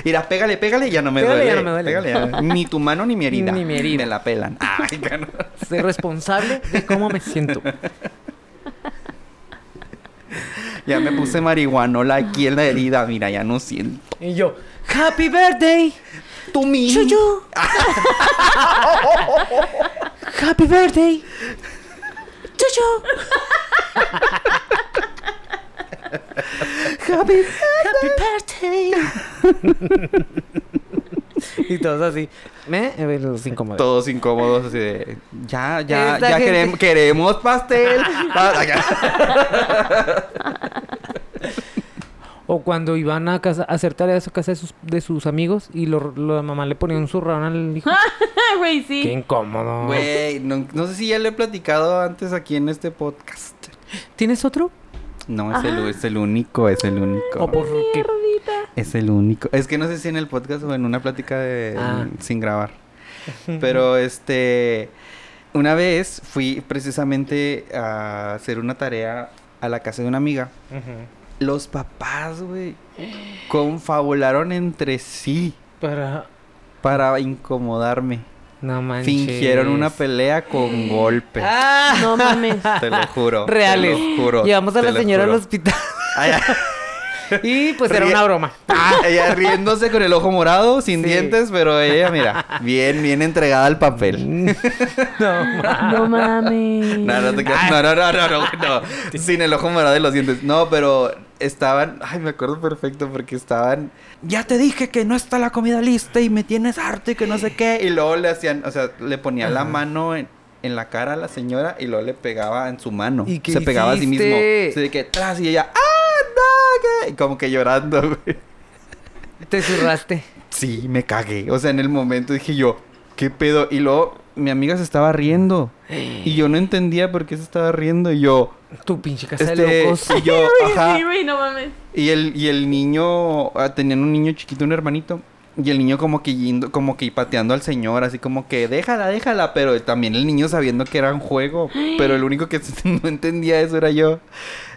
S2: Mira, pégale, pégale, ya no me
S4: Pégale,
S2: duele.
S4: ya no me duele.
S2: Pégale, ya no- Ni tu mano ni mi herida.
S4: Ni mi herida.
S2: Me la pelan. Ay, ya no.
S4: Soy responsable de cómo me siento.
S2: Ya me puse marihuanola aquí en la herida. Mira, ya no siento.
S4: Y yo, Happy Birthday,
S2: Tú mismo.
S4: Chuyu. Happy Birthday, Chuyu.
S2: Javi.
S4: Happy Birthday. y todos así. Me eh, los incomodé.
S2: Todos incómodos, así de. Ya, ya,
S4: Esta
S2: ya
S4: gente-
S2: queremos, queremos pastel. Ah, Pa-
S4: O cuando iban a casa a hacer tareas a casa de sus, de sus amigos y lo- lo- la mamá le ponía un zurrón al hijo.
S3: Ah, Güey, sí.
S4: Qué incómodo.
S2: Güey, no, no sé si ya lo he platicado antes aquí en este podcast.
S4: ¿Tienes otro?
S2: No, es, el, es el único, es el único.
S4: ¿O por qué?
S3: Mierdita.
S2: Es el único. Es que no sé si en el podcast o en una plática de,
S4: Ah.
S2: sin grabar. Pero este, una vez fui precisamente a hacer una tarea a la casa de una amiga.
S4: Ujú.
S2: Los papás, güey, confabularon entre sí
S4: Para.
S2: para incomodarme.
S4: No manches.
S2: Fingieron una pelea con golpes.
S4: ¡Ah!
S3: No mames.
S2: Te lo juro. te
S4: Reales.
S2: lo juro,
S4: Llevamos a
S2: te
S4: la
S2: lo
S4: señora al
S2: juro.
S4: hospital.
S2: Ay, ay.
S4: Y pues era
S2: Ríe-
S4: una broma.
S2: Ah, ella riéndose con el ojo morado, sin
S4: Sí.
S2: dientes, pero ella, mira, bien, bien entregada al papel.
S4: No, ma-
S3: No mames.
S2: No, no, te
S4: Ah.
S2: creas. no, no, no, no, no, no. sin el ojo morado y los dientes. No, pero estaban, ay, me acuerdo perfecto porque estaban, ya te dije que no está la comida lista y me tienes harto y que no sé qué. Y luego le hacían, o sea, le ponía la mano en, en la cara a la señora y luego le pegaba en su mano.
S4: ¿Y qué
S2: Se pegaba a sí mismo.
S4: hiciste?
S2: Así de que tras y ella, ah, no, que... y como que llorando, güey.
S4: te zurraste.
S2: Sí, me cagué. O sea, en el momento dije yo, ¿qué pedo? Y luego mi amiga se estaba riendo. Y yo no entendía por qué se estaba riendo. Y yo,
S4: Tu pinche casa de
S2: este,
S4: locos.
S2: y yo,
S3: Güey,
S2: ajá.
S3: Sí, güey, no mames.
S2: Y el, y el niño, ah, tenían un niño chiquito, un hermanito. Y el niño como que yendo- como que pateando al señor, así como que déjala, déjala, pero también el niño sabiendo que era un juego, pero el único que no entendía eso era yo.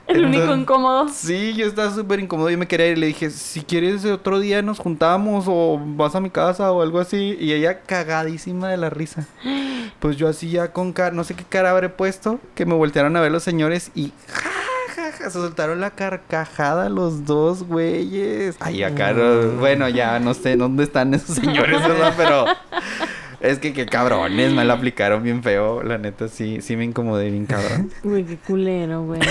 S3: El único
S2: Entonces-
S3: incómodo.
S2: Sí, yo estaba súper incómodo. Yo me quería ir y le dije, si quieres otro día nos juntamos o vas a mi casa o algo así. Y ella cagadísima de la risa. Pues yo así ya con cara, no sé qué cara habré puesto, que me voltearon a ver los señores y ja, ja, ja, se soltaron la carcajada los dos güeyes. Ay, acá, no- bueno, ya no sé dónde están esos señores, ¿verdad? Pero... Es que qué cabrones, me la aplicaron bien feo, la neta, sí, sí me incomodé bien cabrón.
S3: Güey, qué culero, güey.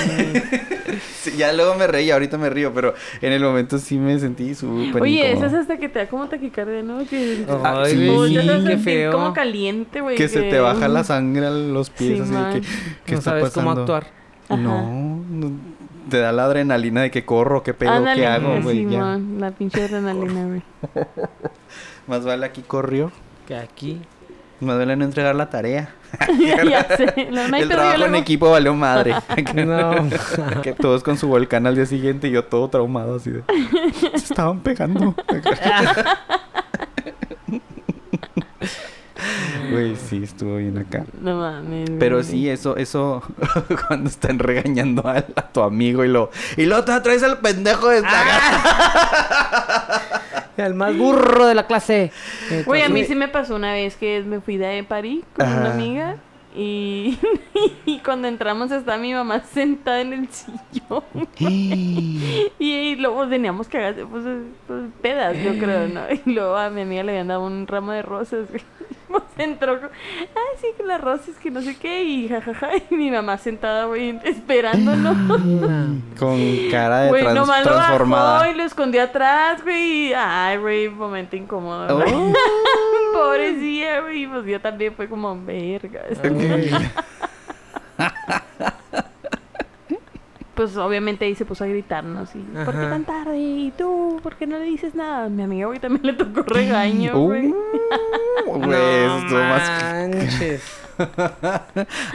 S2: Sí, ya luego me reí, ahorita me río, pero en el momento sí me sentí súper
S3: Oye,
S2: incómodo.
S3: eso es hasta que te da como taquicardia, ¿no? Que
S2: Ah,
S4: Ay,
S2: sí.
S4: güey,
S3: o te hace
S4: sí, qué
S3: sentir
S4: feo.
S3: como caliente, güey.
S2: Que se te baja
S3: uy.
S2: la sangre a los pies,
S3: Sí,
S2: así de
S3: man.
S2: que, ¿qué
S4: no
S2: está
S4: sabes
S2: pasando?
S4: cómo actuar.
S3: Ajá.
S2: No, no, te da la adrenalina de que corro, qué pedo,
S3: Ándale,
S2: qué hago, güey,
S3: sí,
S2: ya.
S3: man, la pinche adrenalina, güey.
S2: Más vale aquí corrió,
S4: Que aquí.
S2: más vale no entregar la tarea.
S3: ya sé, la
S2: el
S3: Nike perdió
S2: trabajo en
S3: luego.
S2: equipo valió madre.
S4: No.
S2: que todos con su volcán al día siguiente y yo todo traumado así de... Se estaban pegando. Güey, sí, estuvo bien acá.
S3: No mames.
S2: Pero
S3: güey.
S2: sí, eso, eso, cuando están regañando a, a tu amigo y lo, y lo traes al pendejo de esta
S4: El más burro de la clase.
S3: Güey, a mí sí me pasó una vez que me fui de París con
S2: Ajá.
S3: una amiga y, y cuando entramos estaba mi mamá sentada en el sillón y, y luego teníamos que hacer pues, eh, pues, pedas, yo creo, ¿no? Y luego a mi amiga le habían dado un ramo de rosas. güey. Pues entró, con, ay, sí, que las rosas, que no sé qué, y jajaja, y mi mamá sentada, güey, esperándonos.
S2: Con cara Ah, de
S3: Güey,
S2: trans-
S3: nomás lo bajó
S2: transformada.
S3: y lo escondió atrás, güey. y- Ay, güey, momento incómodo. güey.
S2: Oh.
S3: Pobrecilla, güey. Pues yo también fue como verga.
S2: Ah.
S3: Este, Pues obviamente ahí se puso a gritarnos. Y, ¿Por qué
S4: Ajá.
S3: tan tarde? ¿Y tú? ¿Por qué no le dices nada? Mi amiga, güey, también le tocó regaño,
S2: Uh,
S3: güey.
S2: güey, estuvo más...
S4: manches.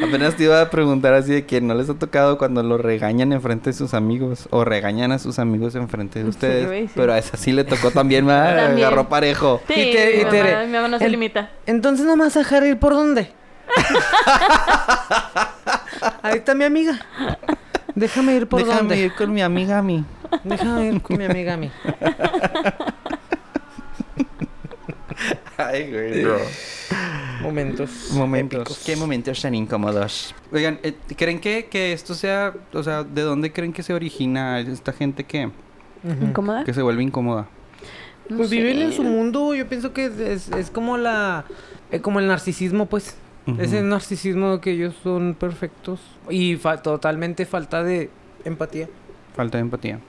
S2: Apenas te iba a preguntar así de que no les ha tocado cuando lo regañan enfrente de sus amigos o regañan a sus amigos enfrente de
S3: Sí,
S2: ustedes.
S3: güey, sí.
S2: Pero a esa sí le tocó también, ¿verdad?
S3: También.
S2: agarró parejo.
S3: Sí,
S4: Y te- y
S3: mi,
S4: te-
S3: mamá, mi mamá no se
S4: el-
S3: limita.
S4: Entonces no me vas a dejar ir por dónde. Ahí está mi amiga. Déjame ir por
S2: Déjame
S4: dónde.
S2: ir con mi amiga a mí.
S4: Déjame ir con mi amiga a mí.
S2: Ay, güey, no.
S4: Momentos.
S2: Momentos.
S4: épicos.
S2: Qué momentos tan incómodos. Oigan, eh, ¿creen que, que esto sea, o sea, de dónde creen que se origina esta gente que,
S4: Ujú.
S3: ¿Incómoda?
S2: que se vuelve incómoda?
S3: No
S4: Pues
S3: sé.
S4: viven en su mundo, yo pienso que es, es- es como la eh, como el narcisismo, pues.
S2: Ujú.
S4: Ese narcisismo de que ellos son perfectos y fa- totalmente falta de empatía.
S2: Falta de empatía.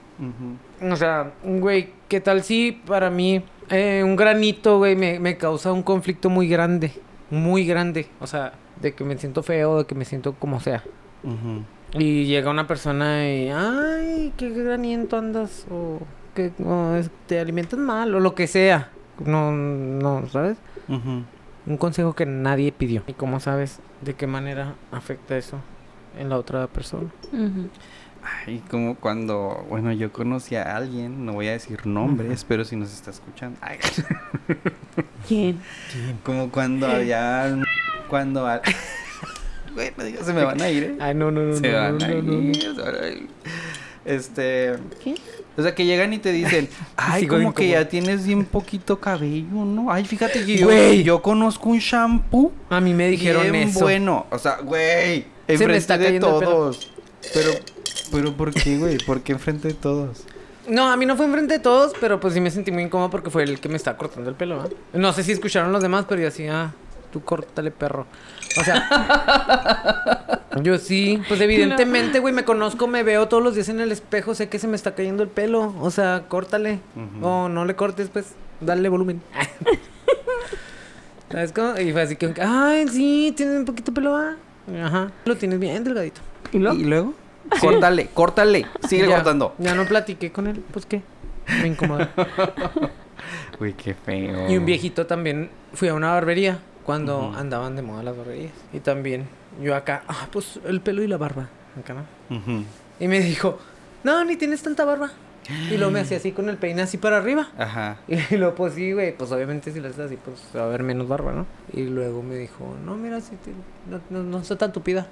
S4: O sea, güey, ¿qué tal si para mí eh, un granito, güey, me, me causa un conflicto muy grande? Muy grande. O sea, de que me siento feo, de que me siento como sea.
S2: Ujú.
S4: Y llega una persona y, ay, qué graniento andas, o que o es- te alimentas mal, o lo que sea. No, no, ¿sabes?
S2: Ujú.
S4: Un consejo que nadie pidió. ¿Y cómo sabes de qué manera afecta eso en la otra persona?
S3: Ujú.
S2: Ay, como cuando, bueno, yo conocí a alguien, no voy a decir nombres, pero si nos está escuchando. Ay,
S3: ¿Quién?
S2: como cuando había, un- cuando, al- bueno, digo, se me van a ir, ¿eh?
S4: Ay, no, no, no,
S2: Se
S4: no,
S2: van
S4: no,
S2: a
S4: no, no,
S2: ir, se van a ir. Este,
S3: ¿Quién?
S2: O sea, que llegan y te dicen, ay,
S4: Sigo
S2: como que
S4: incómodo.
S2: ya tienes bien poquito cabello, ¿no? Ay, fíjate que yo,
S4: Güey.
S2: yo conozco un shampoo.
S4: A mí me dijeron
S2: bien
S4: eso.
S2: bueno. O sea, güey,
S4: me
S2: enfrente
S4: está
S2: de
S4: cayendo el pelo.
S2: todos. Pero, pero ¿por qué, güey? ¿Por qué enfrente de todos?
S4: No, a mí no fue enfrente de todos, pero pues sí me sentí muy incómodo porque fue el que me estaba cortando el pelo, ¿ah? No sé si escucharon los demás, pero yo así, ah, tú córtale, perro. O sea, yo sí, pues evidentemente, güey, me conozco, me veo todos los días en el espejo, sé que se me está cayendo el pelo, o sea, córtale. O no le cortes, pues, dale volumen. ¿Sabes cómo? Y fue así que, ay, sí, tienes un poquito de pelo, ¿ah? Ajá, lo tienes bien delgadito.
S3: ¿Y luego?
S2: ¿Y luego? Córtale, córtale. Sigue
S4: Ya-
S2: cortando.
S4: Ya no platiqué con él, pues, ¿qué? Me incomoda.
S2: Güey, qué feo.
S4: Y un viejito también. Fui a una barbería cuando andaban de moda las barberías. Y también yo acá, ah, pues el pelo y la barba. Acá no.
S2: Ujú.
S4: Y me dijo, no, ni tienes tanta barba. Y luego me hacía así con el peine así para arriba.
S2: Ajá.
S4: Y luego, pues sí, güey, pues obviamente si lo haces así, pues se va a ver menos barba, ¿no? Y luego me dijo, no, mira, si te- no, no, no está tan tupida.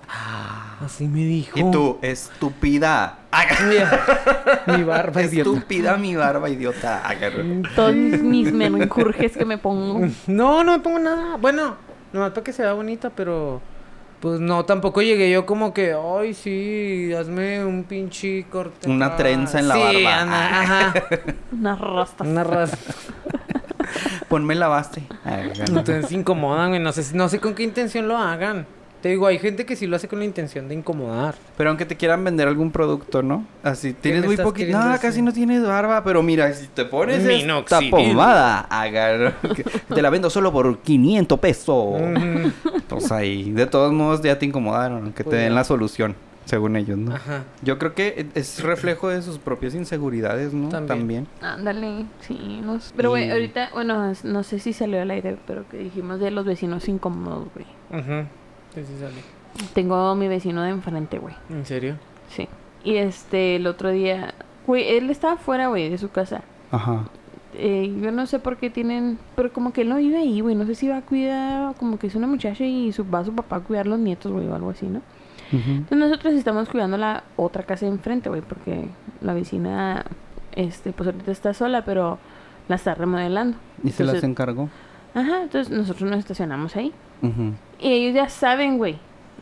S4: Así me dijo.
S2: Ah. Y tú, estúpida. Ay,
S4: Mira, mi barba, idiota.
S2: estúpida mi barba, idiota. Ay, qué-
S3: Todos mis menjurjes que me pongo.
S4: No, no me pongo nada. Bueno, nomás para que se vea bonita, pero... Pues no, tampoco llegué yo como que, ay, sí, hazme un pinche corte.
S2: Una
S4: acá".
S2: trenza en la
S4: Sí,
S2: barba. Ah.
S4: anda, ajá.
S3: Unas rastas.
S4: Una raza.
S2: Ponme la base. Ah, Ay,
S4: Entonces incomodan, güey. No sé, no sé con qué intención lo hagan. Te digo, hay gente que sí lo hace con la intención de incomodar.
S2: Pero aunque te quieran vender algún producto, ¿no? Así, tienes
S4: me
S2: muy
S4: estás
S2: poquito.
S4: queriendo
S2: No,
S4: decir?
S2: casi no tienes barba, pero mira, si te pones esta
S4: Minoxidil.
S2: pomada, haga- te la vendo solo por 500 pesos.
S4: Mm,
S2: Pues ahí, de todos modos ya te incomodaron, que te
S4: Pues
S2: den
S4: ya.
S2: la solución, según ellos, ¿no?
S4: Ajá.
S2: Yo creo que es reflejo de sus propias inseguridades, ¿no?
S4: También.
S2: También.
S3: Ándale, sí. no sé. Pero, güey,
S2: Y-
S3: ahorita, bueno, es- no sé si salió al aire, pero que dijimos de los vecinos incómodos, güey.
S4: Ajá. Sí, sí sale.
S3: Tengo a mi vecino de enfrente, güey.
S4: ¿En serio?
S3: Sí. Y este, el otro día, güey, él estaba fuera, güey, de su casa.
S2: Ajá.
S3: Eh, yo no sé por qué tienen, pero como que él no vive ahí, güey. No sé si va a cuidar, como que es una muchacha y su, va su papá a cuidar los nietos, güey, o algo así, ¿no?
S2: Ujú.
S3: Entonces nosotros estamos cuidando la otra casa de enfrente, güey, porque la vecina, este, pues ahorita está sola, pero la está remodelando.
S2: Y se las
S3: Entonces-
S2: encargó.
S3: Ajá, entonces nosotros nos estacionamos ahí.
S2: Ujú.
S3: Y ellos ya saben, güey,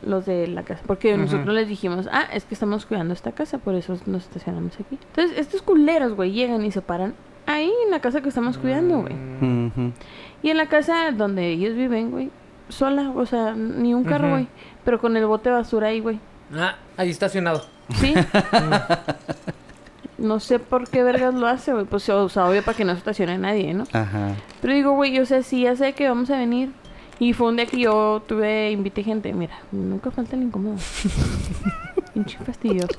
S3: los de la casa. Porque
S4: Ujú.
S3: nosotros les dijimos, ah, es que estamos cuidando esta casa, por eso nos estacionamos aquí. Entonces, estos culeros, güey, llegan y se paran ahí en la casa que estamos cuidando, güey.
S4: Mm,
S2: Ujú.
S3: Y en la casa donde ellos viven, güey, sola, o sea, ni un carro,
S4: Ujú.
S3: güey. Pero con el bote de basura ahí, güey.
S4: Ah, ahí estacionado.
S3: Sí. No sé por qué vergas lo hace, güey. Pues, o sea, obvio para que no se estacione nadie, ¿no?
S2: Ajá.
S3: Pero digo, güey, o sea, sí, ya sé que vamos a venir. Y fue un día que yo tuve, invité gente. Mira, nunca falta el incómodo. Pinche fastidioso.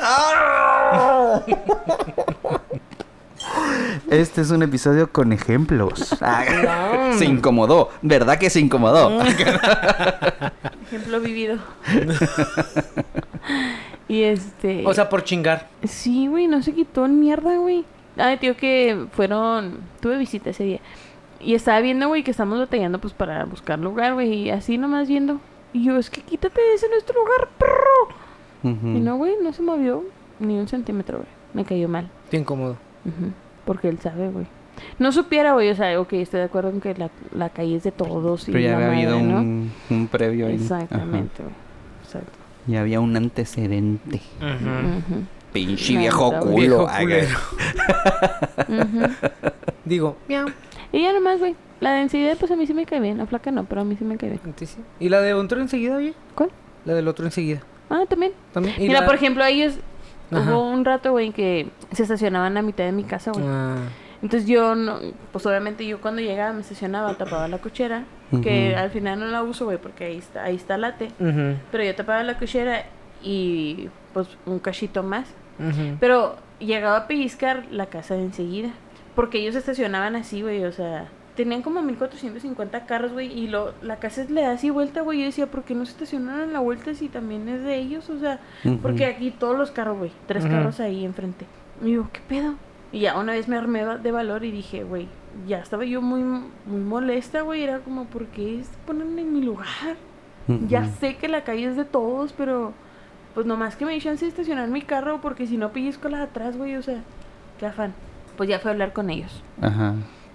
S2: ¡Ah! Este es un episodio con ejemplos. Ah,
S4: No.
S2: se incomodó, ¿verdad que se incomodó?
S3: Ejemplo vivido. y este...
S4: O sea, por chingar.
S3: Sí, güey, no se quitó en mierda, güey. Ay, tío, que fueron... Tuve visita ese día. Y estaba viendo, güey, que estamos batallando, pues, para buscar lugar, güey. Y así nomás viendo. Y yo, es que quítate de ese nuestro lugar, perro.
S2: Ujú.
S3: Mm. Y no, güey, no se movió ni un centímetro, güey. Me cayó mal.
S4: Te incómodo.
S3: Ujú, Porque él sabe, güey. No supiera, güey, o sea, ok, estoy de acuerdo en que la, la calle es de todos y
S2: Pero ya
S3: la
S2: había
S3: madre,
S2: habido
S3: ¿no?
S2: un, un previo ahí.
S3: Exactamente, güey. Exacto.
S2: Ajá. Ya había un antecedente.
S3: Ujú,
S2: Pinche
S3: La
S2: viejo
S3: neta,
S2: culo.
S4: Viejo
S2: Ay,
S4: culero.
S3: ujú.
S4: Digo, miau.
S3: Y ya nomás, güey. La densidad, pues a mí sí me cae bien. La flaca no, pero a mí sí me cae bien.
S4: Antes sí. ¿Y la de otro enseguida, oye?
S3: ¿Cuál?
S4: La del otro enseguida.
S3: Ah, también.
S4: También. ¿Y
S3: Mira,
S4: la-
S3: por ejemplo, ellos...
S4: Ajá.
S3: Hubo un rato, güey, en que se estacionaban a mitad de mi casa, güey.
S4: Ah,
S3: Entonces yo, no, pues obviamente yo cuando llegaba me estacionaba, tapaba la cochera. Que
S2: Ujú.
S3: al final no la uso, güey, porque ahí está, ahí está late.
S4: ujú,
S3: Pero yo tapaba la cochera y pues un cachito más.
S4: ujú.
S3: Pero llegaba a pellizcar la casa de enseguida. Porque ellos estacionaban así, güey. O sea, tenían como 1450 carros, güey. Y lo, la casa le da así vuelta, güey. Yo decía, ¿por qué no se estacionaron en la vuelta si también es de ellos? O sea,
S2: Ujú.
S3: porque aquí todos los carros, güey. Tres
S4: Ujú.
S3: carros ahí enfrente. Y digo, ¿qué pedo? Y ya una vez me armé va- de valor y dije, güey, ya estaba yo muy, muy molesta, güey. Era como, ¿por qué es- ponen en mi lugar?
S2: Ujú.
S3: Ya sé que la calle es de todos, pero pues nomás que me dicen chance de estacionar mi carro porque si no pellizco las atrás, güey, o sea, qué afán. Pues ya fui a hablar con ellos.
S2: Ajá.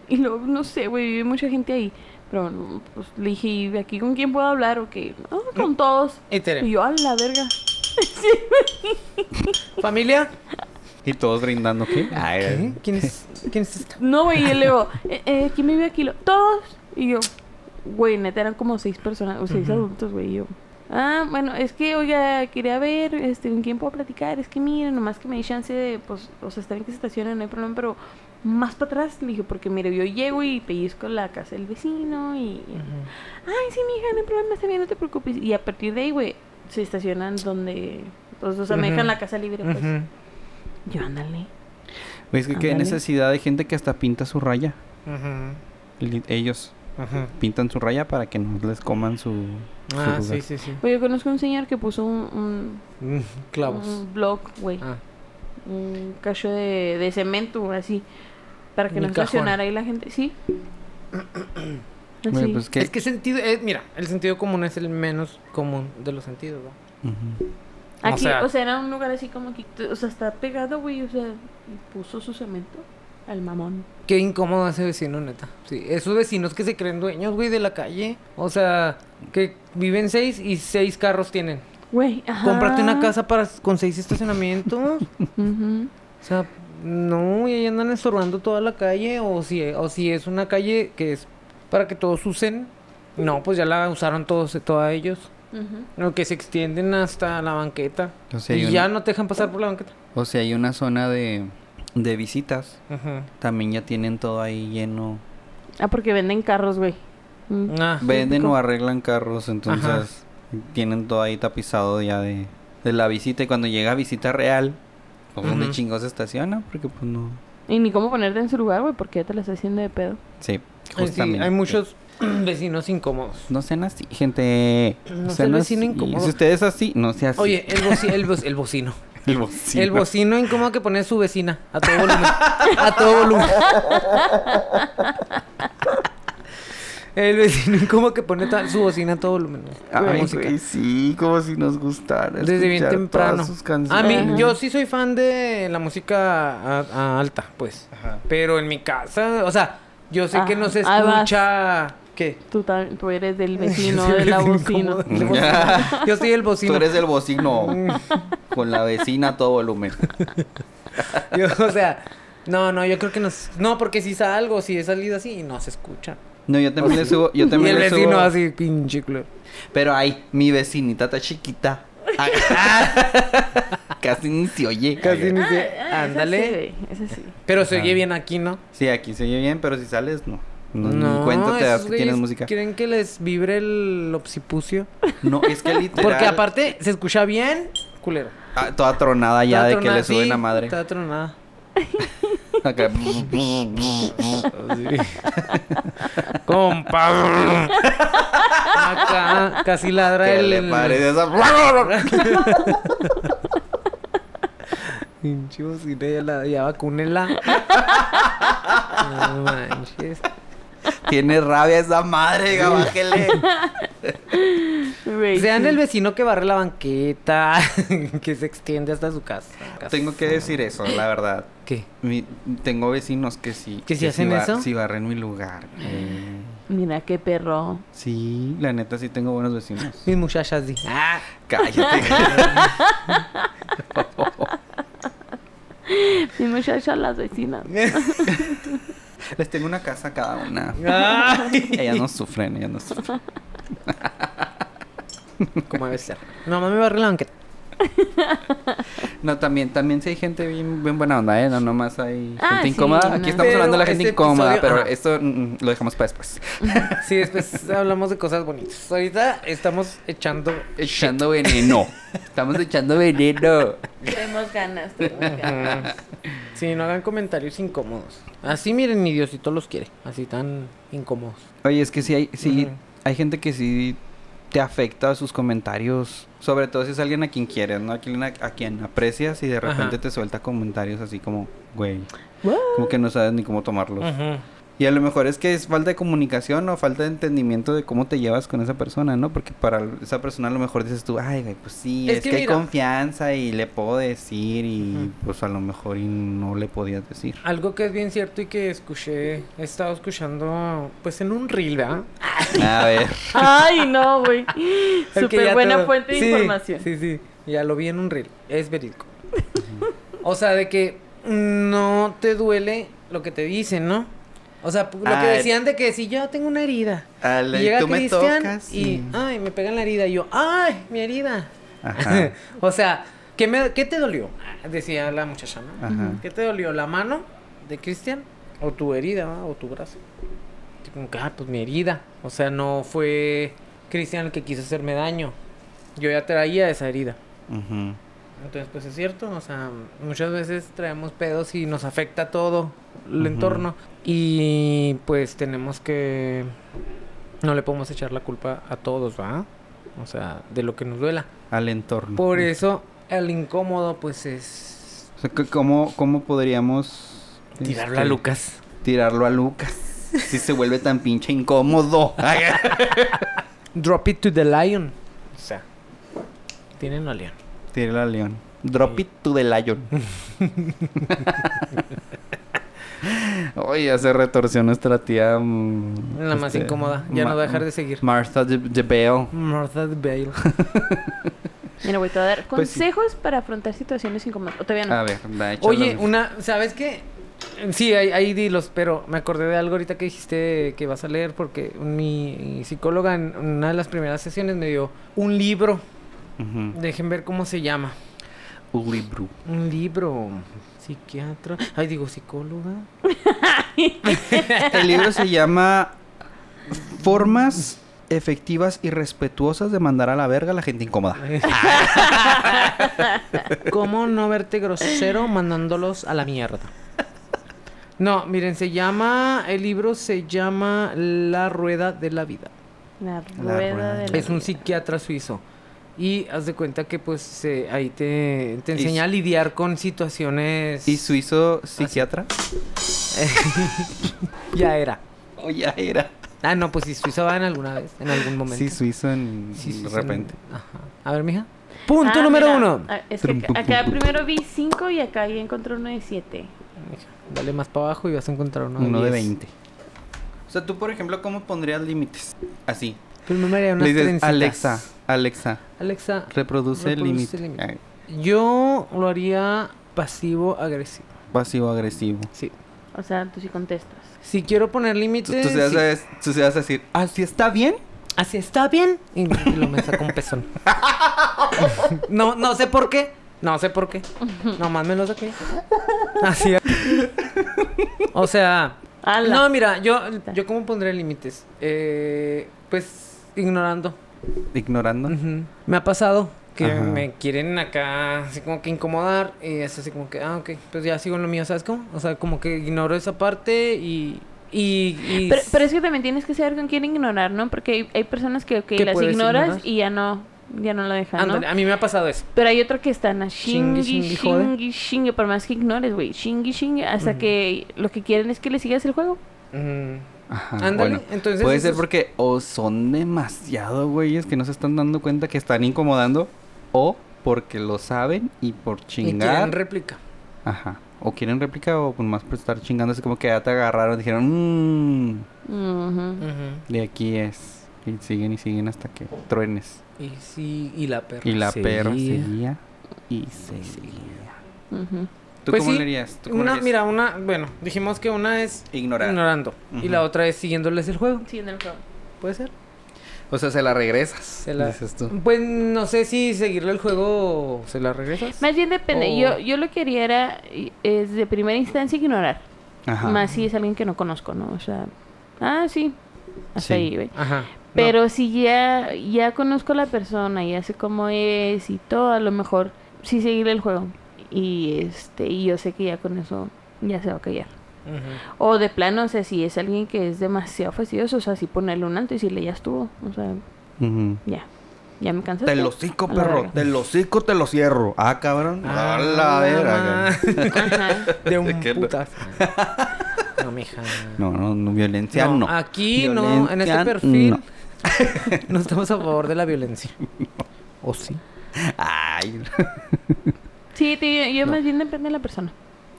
S3: Y luego, no sé, güey, vive mucha gente ahí. Pero no, pues le dije, ¿y de aquí con quién puedo hablar o qué? No, con todos.
S4: Y Tere,
S3: Y yo, a la verga.
S4: ¿Familia?
S2: Y todos brindando, ¿qué? Ay,
S4: ¿Qué? ¿Quién es, ¿Quién es esta?
S3: No, güey, y luego, eh, eh, ¿quién vive aquí? Lo- Todos. Y yo, güey, neta, eran como seis personas, o seis
S4: Ujú.
S3: adultos, güey, y yo. Ah, bueno, es que, oiga, quería ver, este, ¿con quién puedo platicar? Es que, miren, nomás que me di chance de, pues, o sea, está bien que se estacionen, no hay problema, pero más para atrás, le dije, porque, mire, yo llego y pellizco la casa del vecino y... Ay, sí, mija, no hay problema, está bien, no te preocupes. Y a partir de ahí, güey, se estacionan donde... Pues, o sea, me
S4: Ujú.
S3: dejan la casa libre, pues.
S4: Ujú.
S3: Yo, ándale.
S2: Güey, es que qué
S3: Ándale.
S2: necesidad de gente que hasta pinta su raya.
S4: Ujú.
S2: Li- Ellos
S4: Ujú.
S2: pintan su raya para que no les coman su. su
S4: Ah,
S2: lugar.
S3: Pues,
S4: sí, sí, sí.
S3: Güey, yo conozco un señor que puso un- un
S4: Mm, Clavos.
S3: Un blog, güey.
S4: Ah.
S3: un cacho de, de cemento así para que
S4: Un
S3: no
S4: cajón.
S3: estacionara ahí la gente. Sí.
S2: Bueno,
S3: Así.
S2: pues que.
S4: Es que sentido, eh, mira, el sentido común es el menos común de los sentidos, ¿no?
S2: Ujú.
S3: Aquí,
S4: o sea-
S3: era un lugar así como que, o sea, está pegado, güey, o sea, y puso su cemento al mamón.
S4: Qué incómodo ese vecino, neta. Sí, esos vecinos que se creen dueños, güey, de la calle. O sea, que viven seis y seis carros tienen.
S3: Güey, ajá.
S4: Cómprate
S3: Ah.
S4: una casa para con seis estacionamientos.
S3: Ujú.
S4: O sea, no, y ahí andan estorbando toda la calle. O si, o si es una calle que es para que todos usen. No, pues ya la usaron todos, todos ellos.
S3: Ujú.
S4: O que se extienden hasta la banqueta.
S2: O sea, hay
S4: y
S2: una-
S4: ya no te dejan pasar por la banqueta.
S2: O sea, hay una zona de, de visitas.
S4: Ajá.
S2: También ya tienen todo ahí lleno.
S3: Ah, porque venden carros, güey. Mm.
S4: Ah,
S2: Venden
S3: Típico.
S2: o arreglan carros, entonces tienen todo ahí tapizado ya de, de la visita. Y cuando llega visita real, pues
S4: Ujú.
S2: ¿dónde chingos se estaciona? Porque pues no.
S3: Y ni cómo ponerte en su lugar, güey, porque ya te la está haciendo de pedo.
S2: Sí,
S4: ay, sí,
S2: justamente.
S4: hay muchos vecinos incómodos.
S2: No sean así, gente.
S4: No
S2: O
S4: sean
S2: no
S4: vecino
S2: así.
S4: incómodo.
S2: Si usted es así, no sea así.
S4: Oye, el, boci- el, boc- el bocino.
S2: el bocino.
S4: El bocino incómodo que pone su vecina a todo volumen. A todo volumen. El vecino incómodo que pone ta- su bocina a todo volumen.
S2: Ay,
S4: La
S2: güey,
S4: música.
S2: sí, como si nos gustara.
S4: Desde bien
S2: escuchar
S4: temprano. Ah,
S2: Todas sus
S4: A
S2: canciones.
S4: mí,
S3: Ajá.
S4: yo sí soy fan de la música a- a alta, pues.
S2: Ajá.
S4: Pero en mi casa, o sea, yo sé que
S3: Ajá.
S4: no se
S3: Ah, Ahí vas.
S4: escucha. ¿Qué?
S3: Tú, ta- tú eres del
S4: Yo
S3: vecino,
S4: soy el
S3: de la
S4: vecino
S3: bocina.
S4: incómodo del bocino. Yo soy el bocino.
S2: Tú eres el bocino. con la vecina a todo volumen.
S4: Yo, o sea, no, no, yo creo que no. s- No, porque si salgo, si he salido así, no se escucha.
S2: No, yo también le subo. Yo
S4: Y
S2: también
S4: el
S2: le
S4: vecino
S2: subo.
S4: así, pinche culo.
S2: Pero ay, mi vecinita está chiquita. Ay, Casi ni se oye.
S4: Casi ni
S3: Ah,
S4: se...
S3: ah,
S4: Ándale.
S3: Ese sí, güey, ese sí.
S4: Pero se oye bien aquí, ¿no?
S2: Sí, aquí se oye bien, pero si sales, no. No, ni cuenta te das
S4: esos
S2: que tienes
S4: güeyes
S2: música.
S4: ¿Quieren que les vibre el occipucio?
S2: No, es que literal.
S4: Porque aparte, se escucha bien, culero.
S2: ah, toda tronada ya
S4: Está
S2: de
S4: tronada,
S2: que le suben
S4: sí,
S2: la madre.
S4: Está tronada.
S2: Acá.
S4: Ah, Compa. Acá casi ladra
S2: ¿Qué
S4: el.
S2: le parece esa?
S4: Pinche bocina, ya, la, ya vacúnela. No manches.
S2: Tiene rabia esa madre, diga, bájele.
S3: Güey,
S4: Sean
S3: sí.
S4: Pues el vecino que barre la banqueta, que se extiende hasta su casa.
S2: Tengo que decir eso, la verdad.
S4: ¿Qué?
S2: Mi- tengo vecinos que sí.
S4: ¿Que sí hacen eso?
S2: Sí barren mi lugar. eh.
S3: Mira qué perro.
S2: sí, la neta sí tengo buenos vecinos.
S4: Mis muchachas, di. Ah,
S2: Cállate.
S3: Mi muchacha, las vecinas.
S2: Les tengo una casa a cada una.
S4: Ay.
S2: Ellas no sufren, ellas no sufren.
S4: Como debe ser. Mi mamá me barre la banqueta.
S2: No, también, también sí hay gente bien, bien buena onda, ¿eh? No, nomás hay gente
S3: Ah, sí,
S2: incómoda.
S3: no.
S2: Aquí estamos
S4: Pero
S2: hablando de la gente
S4: este
S2: incómoda,
S4: episodio-
S2: pero
S4: ajá.
S2: esto mm, mm, lo dejamos para después.
S4: Sí, después hablamos de cosas bonitas. Ahorita estamos echando.
S2: Echando veneno. Estamos echando veneno.
S3: Tenemos ganas, tenemos ganas.
S4: ah, Sí, no hagan comentarios incómodos. Así miren, ni Diosito los quiere. Así tan incómodos.
S2: Oye, es que sí hay, sí,
S4: Ujú.
S2: hay gente que sí te afecta sus comentarios. Sobre todo si es alguien a quien quieres, ¿no? A quien, a, a quien aprecias y de
S4: Ajá.
S2: repente te suelta comentarios así como, güey. Como que no sabes ni cómo tomarlos.
S4: Ujú.
S2: Y a lo mejor es que es falta de comunicación o falta de entendimiento de cómo te llevas con esa persona, ¿no? Porque para esa persona a lo mejor dices tú, ay, güey, pues sí,
S4: Es
S2: es,
S4: que
S2: que, hay
S4: mira-
S2: confianza y le puedo decir y
S4: Ujú.
S2: pues a lo mejor y no le podías decir.
S4: Algo que es bien cierto y que escuché, he estado escuchando, pues en un reel, ¿verdad?
S2: A ver.
S3: Ay, no, güey.
S4: El que ya
S3: Súper buena
S4: todo-
S3: fuente de
S4: Sí,
S3: información.
S4: Sí, sí, ya lo vi en un reel, es verídico. o sea, de que no te duele lo que te dicen, ¿no? O sea, lo
S2: Ah,
S4: que decían de que si yo tengo una herida.
S2: Ale,
S4: y llega
S2: tú me
S4: Cristian
S2: tocas
S4: y, ah.
S2: y-
S4: ay, me pegan la herida y yo, ay, mi herida.
S2: Ajá.
S4: o sea, ¿qué, me, ¿qué te dolió? Ah, Decía la muchacha, ¿no?
S2: Ajá.
S4: ¿Qué te dolió? ¿La mano de Cristian? ¿O tu herida? va? ¿O tu brazo? Y como que, ah, pues mi herida. O sea, no fue Cristian el que quiso hacerme daño. Yo ya traía esa herida.
S2: Ujú.
S4: Entonces, pues es cierto, o sea, muchas veces traemos pedos y nos afecta todo el entorno. Y pues tenemos que... No le podemos echar la culpa a todos, ¿va? O sea, de lo que nos duela. e-
S2: Al entorno.
S4: Por eso, el incómodo, pues es
S2: O sea, c- ¿cómo, cómo podríamos...
S4: Tirarla a
S2: este,
S4: Lucas.
S2: Tirarlo a Lucas. Si se vuelve tan pinche incómodo. Ay,
S4: Drop it to the lion. O sea, tienen a León.
S2: Tíralo a León. Drop it to the lion. Oye, ya se retorció nuestra tía... mm,
S4: La más
S2: este,
S4: incómoda. Ya
S2: Ma-
S4: no va a dejar de seguir.
S2: Martha de, de Bell.
S4: Martha Bale.
S3: Mira, güey, te voy a dar
S2: Pues sí.
S3: consejos para afrontar situaciones incómodas. O todavía no.
S2: A ver, da, échalo.
S4: Oye, una, ¿sabes qué? Sí, ahí, ahí dilos, pero me acordé de algo ahorita que dijiste que vas a leer porque mi psicóloga en una de las primeras sesiones me dio un libro.
S2: Ujú.
S4: Dejen ver cómo se llama.
S2: Un libro.
S4: Un libro. Psiquiatra. Ay, digo, psicóloga.
S2: El libro se llama Formas efectivas y respetuosas de mandar a la verga a la gente incómoda.
S4: ¿Cómo no verte grosero mandándolos a la mierda? No, miren, se llama. El libro se llama La Rueda de la Vida.
S3: La
S2: rueda
S3: rueda de la
S4: Es un
S3: vida.
S4: psiquiatra suizo. Y haz de cuenta que, pues, eh, ahí te, te
S2: Y
S4: enseña a
S2: su-
S4: lidiar con situaciones.
S2: ¿Y suizo psiquiatra?
S4: Ah, Oh, ya era.
S2: O ya era.
S4: Ah, no, pues si suizo van alguna vez, en algún momento.
S2: Sí, suizo en
S4: Sí,
S2: de
S4: suizo en-
S2: repente.
S4: Ajá. A ver, mija. Punto
S3: Ah,
S4: número
S3: mira,
S4: uno.
S3: ah, Es que
S2: Trum, pum,
S3: acá, acá
S2: pum, pum.
S3: primero vi 5 y acá ya encontré uno de 7.
S4: Mija, Dale más para abajo y vas a encontrar uno,
S2: Uno de
S4: diez.
S2: 20. O sea, tú, por ejemplo, ¿cómo pondrías límites? Así.
S4: Pero no me haría unas
S2: Le dices,
S4: trencitas.
S2: Alexa, Alexa,
S4: Alexa,
S2: reproduce, el
S4: Reproduce
S2: límite.
S4: límite.
S2: Ay,
S4: yo lo haría pasivo-agresivo.
S2: Pasivo-agresivo.
S4: Sí.
S3: O sea, tú sí contestas.
S4: Si quiero poner
S2: Tú,
S4: límites.
S2: tú se vas
S4: sí.
S2: a des- tú se vas a decir, ¿así ¿Ah, está bien?
S4: Así está bien. Y y lo me sacó un pezón. no, no sé por qué. No sé por qué. Nomás me lo saqué. Así. o sea.
S3: ¡Hala!
S4: No, mira, yo, yo cómo pondré límites. Eh, pues ignorando.
S2: Ignorando.
S4: Ujú. Me ha pasado que
S2: Ajá.
S4: me quieren acá así como que incomodar y es así como que, ah, ok, pues ya sigo en lo mío, ¿sabes cómo? O sea, como que ignoro esa parte y... y, y-
S3: Pero, pero es que también tienes que saber con quién ignorar, ¿no? Porque hay, hay personas que ok,
S4: Que
S3: las
S4: puedes
S3: ignoras
S4: ignorar.
S3: y ya no, ya no lo dejan, ¿no?
S4: Ándale, a mí me ha pasado eso.
S3: Pero hay otro que están a
S4: Chingue,
S3: chingue,
S4: chingue,
S3: chingue,
S4: jode.
S3: chingue, por más que ignores, güey, chingue, chingue, hasta
S4: Ujú.
S3: que lo que quieren es que le sigas el juego.
S4: Mm.
S2: Ajá.
S4: Ándale, entonces
S2: Ah, Puede
S4: eso
S2: ser
S4: es-
S2: porque o son demasiado güeyes que no se están dando cuenta que están incomodando o porque lo saben y por
S4: Y quieren
S2: chingar.
S4: réplica.
S2: Ajá. O quieren réplica o por más por estar chingando. Es como que ya te agarraron y dijeron, mmm,
S3: Ujú.
S2: de aquí es. Y siguen y siguen hasta que truenes.
S4: Y sí, y la perra.
S2: Y la perra
S4: seguía.
S2: seguía y seguía.
S3: Ujú.
S2: ¿Tú
S4: Pues
S2: cómo
S4: sí,
S2: le harías? ¿Tú cómo le
S4: Una,
S2: harías?
S4: mira, una, bueno, dijimos que una es
S2: Ignorar.
S4: ignorando y
S2: Ujú.
S4: la otra es siguiéndoles el juego.
S3: Sí, en el juego.
S4: ¿Puede ser?
S2: O sea, se la regresas.
S4: Se la-
S2: Dices tú.
S4: Pues no sé si seguirle el juego se la regresas.
S3: Más bien depende.
S4: O-
S3: Yo, yo lo que haría era, y- es de primera instancia ignorar.
S2: Ajá.
S3: Más si es alguien que no conozco, ¿no? O sea, ah, sí. Hasta
S2: Sí.
S3: ahí, güey.
S4: Ajá.
S3: Pero si ya, ya conozco a la persona, ya sé cómo es y todo, a lo mejor sí seguir el juego. Y este, y yo sé que ya con eso ya se va a callar.
S4: no. Ujú.
S3: O de plano, o sea, si es alguien que es demasiado fastidioso, o sea, sí ponerle un alto y decirle ya estuvo. O sea,
S2: Ujú.
S3: ya. Ya me cansé.
S2: Te lo cico,
S3: A la
S2: perro.
S3: verga.
S2: Te lo cico, te lo cierro. Ah, cabrón.
S4: Ah,
S2: A la verga.
S4: ma-
S3: Ajá.
S4: De un
S2: ¿De qué no?
S4: putazo. No, mija.
S2: No, no, no, violencia no.
S4: ah. Aquí no, en
S2: Violencia,
S4: este perfil. No.
S2: no.
S4: estamos a favor de la violencia. ¿O sí?
S2: Ay.
S3: Sí, te- yo
S4: No.
S3: más bien depende de la persona.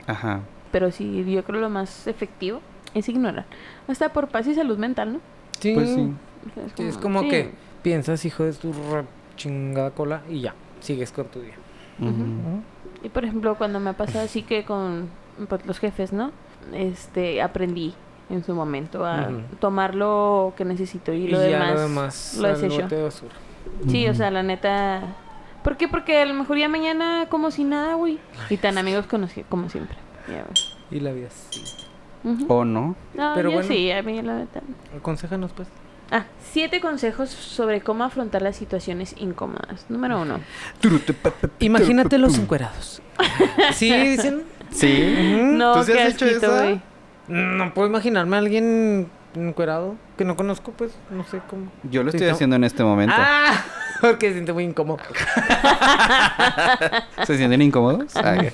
S2: Ajá.
S3: Pero sí, yo creo lo más efectivo es ignorar. Hasta por paz y salud mental, ¿no?
S4: Sí.
S2: Pues sí.
S3: O sea,
S4: Sí, Es como
S3: sí.
S4: que piensas, hijo de tu re chingada cola, y ya, sigues con tu día.
S2: Ujú.
S3: Y por ejemplo, cuando me ha pasado así que con pues, los jefes, ¿no? Este, aprendí en su momento a
S4: Ujú.
S3: tomar lo que necesito y
S4: Y,
S3: lo
S4: ya
S3: demás.
S4: lo demás
S3: lo
S4: al
S3: desecho.
S4: bote de basura.
S3: Sí, o
S2: Ujú.
S3: sea, la neta. ¿Por qué? Porque a lo mejor ya mañana como si nada, güey. Y tan amigos con los que- como siempre. Ya, güey.
S4: Y la vida sí.
S3: Ujú.
S2: O no.
S3: No,
S4: pero
S3: yo
S4: bueno.
S3: sí, a mí la neta.
S4: Aconséjanos, pues.
S3: Ah, siete consejos sobre cómo afrontar las situaciones incómodas. Número uno.
S4: Imagínate los encuerados. ¿Sí? Dicen.
S2: Sí.
S4: "Ujú".
S3: No,
S2: Mm, ¿Tú sí
S3: qué
S2: has hecho
S3: asquito,
S2: eso?
S3: güey.
S4: No puedo imaginarme a alguien encuerado que no conozco, pues no sé cómo.
S2: Yo lo estoy
S4: Necesitamos-
S2: haciendo en este momento.
S4: ¡Ah! Porque se siente muy incómodo.
S2: ¿Se sienten incómodos? Ay.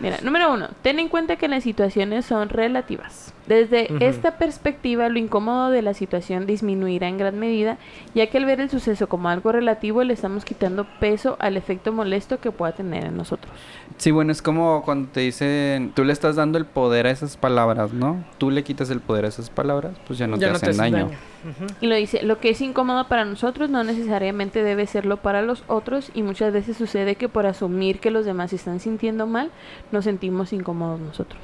S3: Mira, número uno, ten en cuenta que las situaciones son relativas. Desde
S4: Ujú.
S3: esta perspectiva, lo incómodo de la situación disminuirá en gran medida, ya que al ver el suceso como algo relativo, le estamos quitando peso al efecto molesto que pueda tener en nosotros.
S2: Sí, bueno, es como cuando te dicen, tú le estás dando el poder a esas palabras, ¿no? Tú le quitas el poder a esas palabras, pues ya no te hacen daño.
S3: Y lo dice, lo que es incómodo para nosotros no necesariamente debe serlo para los otros y muchas veces sucede que por asumir que los demás se están sintiendo mal, nos sentimos incómodos nosotros.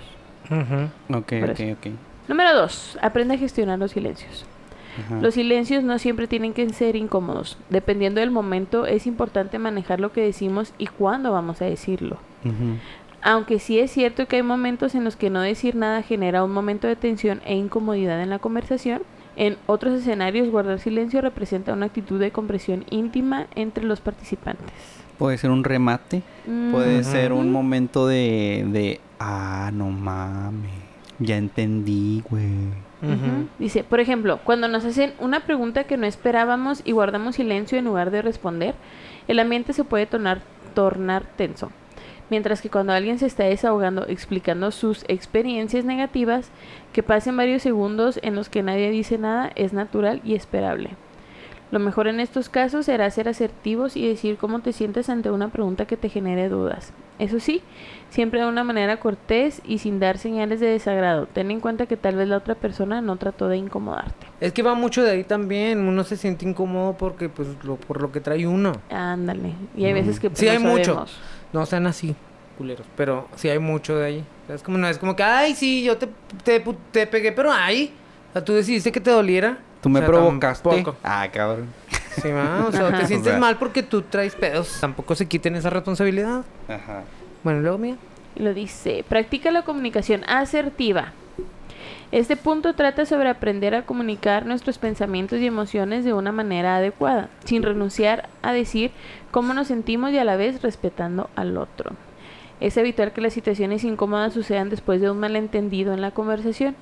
S2: Ok,
S3: Por
S2: ok,
S3: eso.
S2: ok.
S3: Número dos, aprende a gestionar los silencios.
S2: Ajá.
S3: Los silencios no siempre tienen que ser incómodos. Dependiendo del momento, es importante manejar lo que decimos y cuándo vamos a decirlo.
S2: Ujú.
S3: Aunque sí es cierto que hay momentos en los que no decir nada genera un momento de tensión e incomodidad en la conversación, en otros escenarios guardar silencio representa una actitud de compresión íntima entre los participantes. Mm.
S2: Puede ser un remate, puede
S4: Ujú.
S2: ser un
S3: Ujú.
S2: momento de, de, ah, no mames, ya entendí, güey.
S3: Ujú. Dice, por ejemplo, cuando nos hacen una pregunta que no esperábamos y guardamos silencio en lugar de responder, el ambiente se puede tornar, tornar tenso. Mientras que cuando alguien se está desahogando explicando sus experiencias negativas, que pasen varios segundos en los que nadie dice nada es natural y esperable. Lo mejor en estos casos será ser asertivos y decir cómo te sientes ante una pregunta que te genere dudas. Eso sí, siempre de una manera cortés y sin dar señales de desagrado. Ten en cuenta que tal vez la otra persona no trató de incomodarte.
S4: Es que va mucho de ahí también. Uno se siente incómodo porque, pues, lo, por lo que trae uno.
S3: Ándale. Y hay veces que pues,
S4: Sí,
S3: no
S4: hay mucho.
S3: sabemos.
S4: No sean así, culeros. Pero sí hay mucho de ahí. O sea, Es como, no es como que, ay, sí, yo te, te, pu- te pegué, pero ay. O sea, tú decidiste que te doliera.
S2: Tú me
S4: O sea,
S2: provocaste.
S4: tampoco.
S2: Ah, cabrón.
S4: Sí, va, O sea,
S3: Ajá.
S4: te sientes
S2: O sea.
S4: mal porque tú traes pedos. Tampoco se quiten esa responsabilidad.
S2: Ajá.
S4: Bueno, luego, mía.
S3: Y lo dice, practica la comunicación asertiva. Este punto trata sobre aprender a comunicar nuestros pensamientos y emociones de una manera adecuada, sin renunciar a decir cómo nos sentimos y a la vez respetando al otro. Es evitar que las situaciones incómodas sucedan después de un malentendido en la conversación.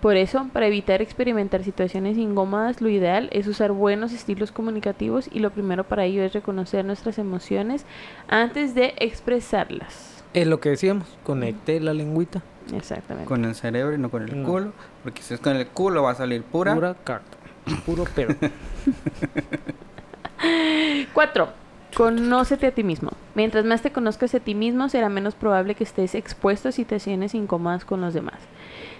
S3: Por eso, para evitar experimentar situaciones incómodas, lo ideal es usar buenos estilos comunicativos y lo primero para ello es reconocer nuestras emociones antes de expresarlas.
S4: Es lo que decíamos. Conecte la lengüita.
S3: Exactamente.
S2: Con el cerebro y no con el
S4: No.
S2: culo, porque si es con el culo va a salir pura.
S4: Pura carta. Puro pero.
S3: Cuatro. Conócete a ti mismo. Mientras más te conozcas a ti mismo, será menos probable que estés expuesto a situaciones incómodas con los demás.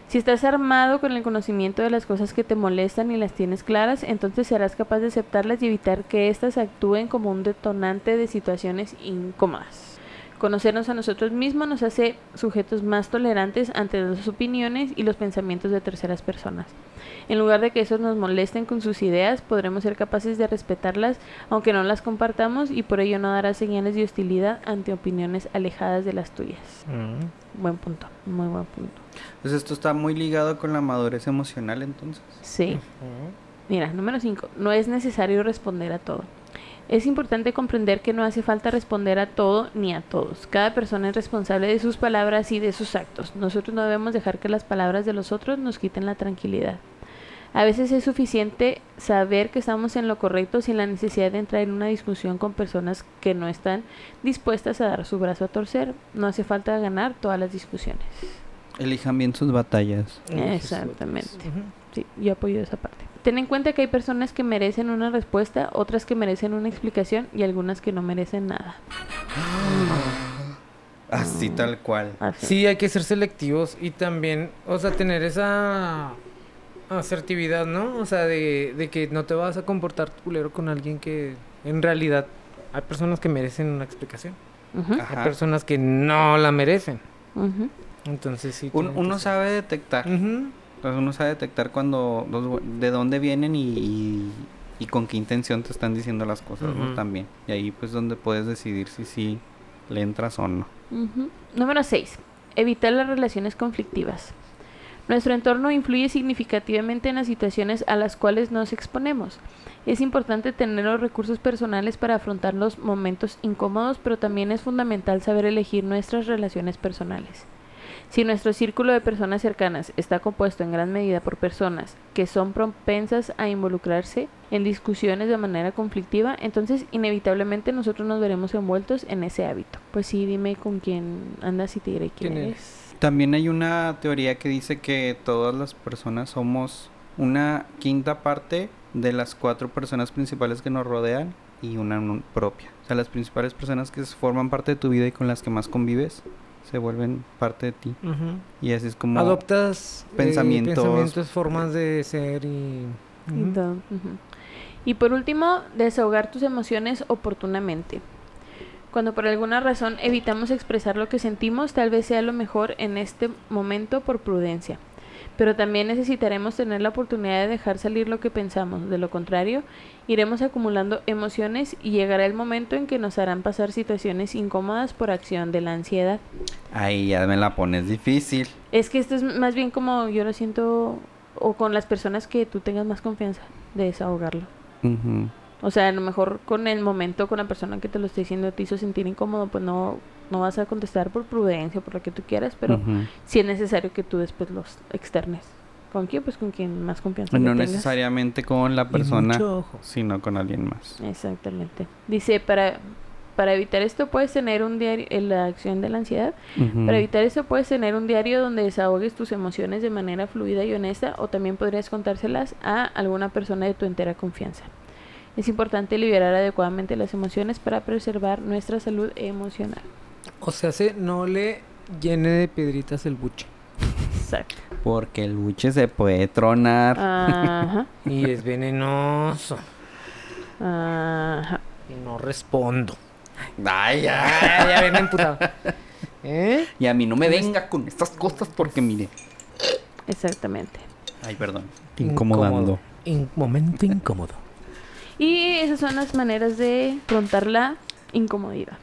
S3: Si estás armado con el conocimiento de las cosas que te molestan y las tienes claras, entonces serás capaz de aceptarlas y evitar que éstas actúen como un detonante de situaciones incómodas. Conocernos a nosotros mismos nos hace sujetos más tolerantes ante las opiniones y los pensamientos de terceras personas. En lugar de que esos nos molesten con sus ideas, podremos ser capaces de respetarlas aunque no las compartamos y por ello no dará señales de hostilidad ante opiniones alejadas de las tuyas.
S4: Mm.
S3: Buen punto, muy buen punto.
S2: Entonces esto está muy ligado con la madurez emocional entonces.
S3: Sí.
S4: mm,
S3: Mira, número 5. No es necesario responder a todo. Es importante comprender que no hace falta responder a todo ni a todos. Cada persona es responsable de sus palabras y de sus actos. Nosotros no debemos dejar que las palabras de los otros nos quiten la tranquilidad. A veces es suficiente saber que estamos en lo correcto sin la necesidad de entrar en una discusión con personas que no están dispuestas a dar su brazo a torcer. No hace falta ganar todas las discusiones.
S2: Elijan bien sus batallas.
S3: Exactamente.
S4: mm. Ujú.
S3: Sí, yo apoyo esa parte. Ten en cuenta que hay personas que merecen una respuesta, otras que merecen una explicación y algunas que no merecen nada.
S4: Ah,
S2: Así tal cual.
S3: Así.
S4: Sí, hay que ser selectivos y también, o sea, tener esa asertividad, ¿no? O sea, de, de que no te vas a comportar culero con alguien que en realidad hay personas que merecen una explicación,
S3: Ujú,
S4: hay
S2: Ajá.
S4: personas que no la merecen.
S3: ujú.
S4: Entonces sí.
S2: Un-
S4: tienen que
S2: uno
S4: ser-
S2: sabe detectar.
S4: Ujú.
S2: Entonces, uno sabe detectar cuando los bu- de dónde vienen y, y- y con qué intención te están diciendo las cosas, ¿no?
S4: Ujú.
S2: También. Y ahí pues donde puedes decidir si sí le entras o no.
S3: Ujú. Número 6. Evitar las relaciones conflictivas. Nuestro entorno influye significativamente en las situaciones a las cuales nos exponemos. Es importante tener los recursos personales para afrontar los momentos incómodos, pero también es fundamental saber elegir nuestras relaciones personales. Si nuestro círculo de personas cercanas está compuesto en gran medida por personas que son propensas a involucrarse en discusiones de manera conflictiva, entonces inevitablemente nosotros nos veremos envueltos en ese hábito. Pues sí, dime con quién andas y te diré quién,
S4: ¿Quién
S3: eres.
S2: También hay una teoría que dice que todas las personas somos una quinta parte de las cuatro personas principales que nos rodean y una no- propia. O sea, las principales personas que s- forman parte de tu vida y con las que más convives se vuelven parte de ti.
S4: Ujú.
S2: Y así es como...
S4: Adoptas eh,
S2: pensamientos.
S4: pensamientos, formas de ser y... Ujú.
S3: Entonces, ujú. Y por último, desahogar tus emociones oportunamente. Cuando por alguna razón evitamos expresar lo que sentimos, tal vez sea lo mejor en este momento por prudencia. Pero también necesitaremos tener la oportunidad de dejar salir lo que pensamos. De lo contrario, iremos acumulando emociones y llegará el momento en que nos harán pasar situaciones incómodas por acción de la ansiedad.
S2: Ahí ya me la pones difícil.
S3: Es que esto es más bien como yo lo siento o con las personas que tú tengas más confianza de desahogarlo.
S2: Ujú.
S3: O sea, a lo mejor con el momento, con la persona que te lo está diciendo, te hizo sentir incómodo, pues no, no vas a contestar por prudencia, por lo que tú quieras, pero
S2: Ujú.
S3: sí es necesario que tú después los externes. ¿Con quién? Pues con quien más confianza le
S2: No
S3: tengas.
S2: necesariamente con la
S4: Y
S2: persona,
S4: mucho ojo.
S2: sino con alguien más.
S3: Exactamente. Dice, para, para evitar esto puedes tener un diario, en la acción de la ansiedad,
S2: Ujú.
S3: Para evitar eso puedes tener un diario donde desahogues tus emociones de manera fluida y honesta o también podrías contárselas a alguna persona de tu entera confianza. Es importante liberar adecuadamente las emociones para preservar nuestra salud emocional.
S4: O sea, se- no le llene de piedritas el buche.
S3: Exacto.
S2: Porque el buche se puede tronar.
S3: Ah. Ajá.
S4: Y es venenoso.
S3: Ajá.
S4: Y no respondo.
S2: Ay, ay.
S4: Ah, ya ven emputado. ¿Eh?
S2: Y a mí no me venga con estas cosas porque mire.
S3: Exactamente.
S2: Ay, perdón.
S4: Incómodo. In- momento incómodo.
S3: Y esas son las maneras de afrontar la incomodidad.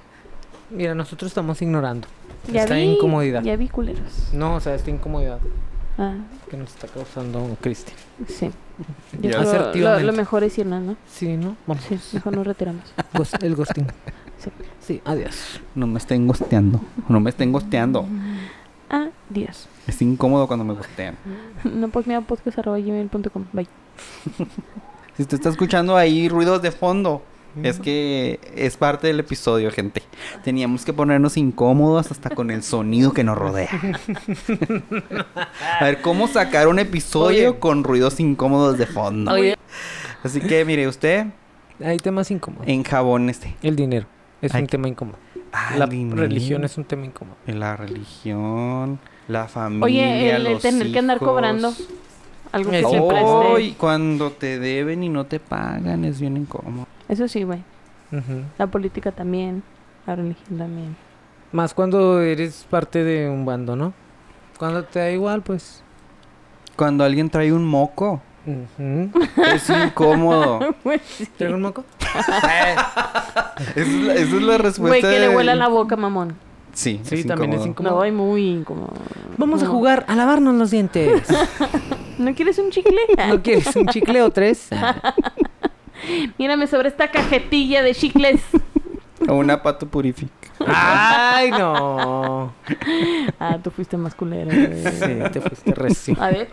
S4: Mira, nosotros estamos ignorando.
S3: Ya
S4: esta
S3: vi,
S4: incomodidad.
S3: Ya vi culeros.
S4: No, o sea, esta incomodidad
S3: Ah,
S4: que nos está causando Cristian.
S3: sí.
S2: Ya.
S3: Yo creo lo,
S4: Asertivamente.
S3: lo mejor es irnos, ¿no?
S4: Sí, ¿no? Vamos.
S3: Sí, mejor nos retiramos.
S4: Gos- el ghosting.
S3: Sí.
S4: Sí, adiós.
S2: No me estén gosteando. No me estén gosteando.
S3: Adiós.
S2: Es incómodo cuando me gostean.
S3: No pues mira podcast.gmail.com. Bye.
S2: Si te está escuchando ahí ruidos de fondo, es que es parte del episodio, gente. Teníamos que ponernos incómodos hasta con el sonido que nos rodea. A ver, ¿cómo sacar un episodio
S4: Oye.
S2: con ruidos incómodos de fondo? Así que, mire, usted
S4: Hay temas incómodos.
S2: en jabón este.
S4: El dinero es
S2: Ay.
S4: un tema incómodo.
S2: Ah,
S4: La
S2: el dinero.
S4: religión es un tema incómodo.
S2: La religión, la familia.
S3: Oye, el, el
S2: los
S3: tener que andar
S2: hijos.
S3: cobrando algo que
S4: Eso.
S3: te
S2: Ay,
S3: preste.
S2: cuando te deben y no te pagan es bien incómodo.
S3: Eso sí, güey.
S4: Ujú.
S3: La política también, la religión también.
S4: Más cuando eres parte de un bando, ¿no? Cuando te da igual, pues.
S2: Cuando alguien trae un moco
S4: Ujú.
S2: es incómodo.
S4: ¿Traigo un moco?
S2: esa, es la, esa es la
S3: Güey,
S2: respuesta.
S3: que le
S2: del-
S3: huela la boca, mamón.
S2: Sí,
S4: Sí, también es
S3: No,
S4: incómodo.
S3: voy muy incómodo.
S4: Vamos a
S3: No.
S4: jugar a lavarnos los dientes.
S3: ¿No quieres un chicle?
S4: ¿No quieres un chicle o tres?
S3: Mírame sobre esta cajetilla de chicles.
S2: O una pato purific.
S4: Ay, no.
S3: Ah, tú fuiste más culera.
S4: Sí,
S3: güey.
S4: te fuiste recio.
S3: A ver,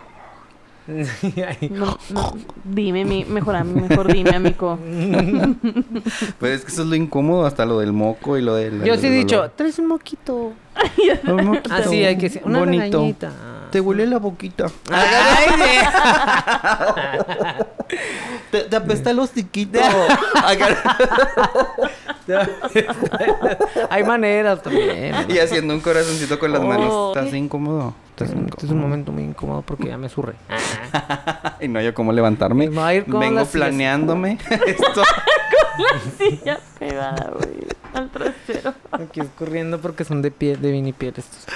S4: Ay.
S3: no, no, dime, mi, mejor, mejor dime, amigo.
S2: Pero Pues es que eso es lo incómodo, hasta lo del moco y lo del.
S4: Yo sí he
S2: del
S4: dicho,
S2: olor.
S4: traes un moquito.
S2: Un moquito.
S4: Así Ah, hay que ser. Una
S2: Bonito.
S4: regañita.
S2: Te huele la boquita.
S4: Ay, de-
S2: Te, te apesta los tiquitos.
S4: Hay maneras también.
S2: y haciendo un corazoncito con las
S3: Oh.
S2: manos. Estás incómodo. Estás
S4: Este es un momento muy incómodo porque ya me surré.
S2: Y no yo cómo levantarme.
S4: Me va a ir con
S2: Vengo
S4: las sillas.
S2: planeándome esto.
S3: Sí, ya pegada, güey. Al trasero.
S4: Aquí escurriendo porque son de piel, de vinipiel estos.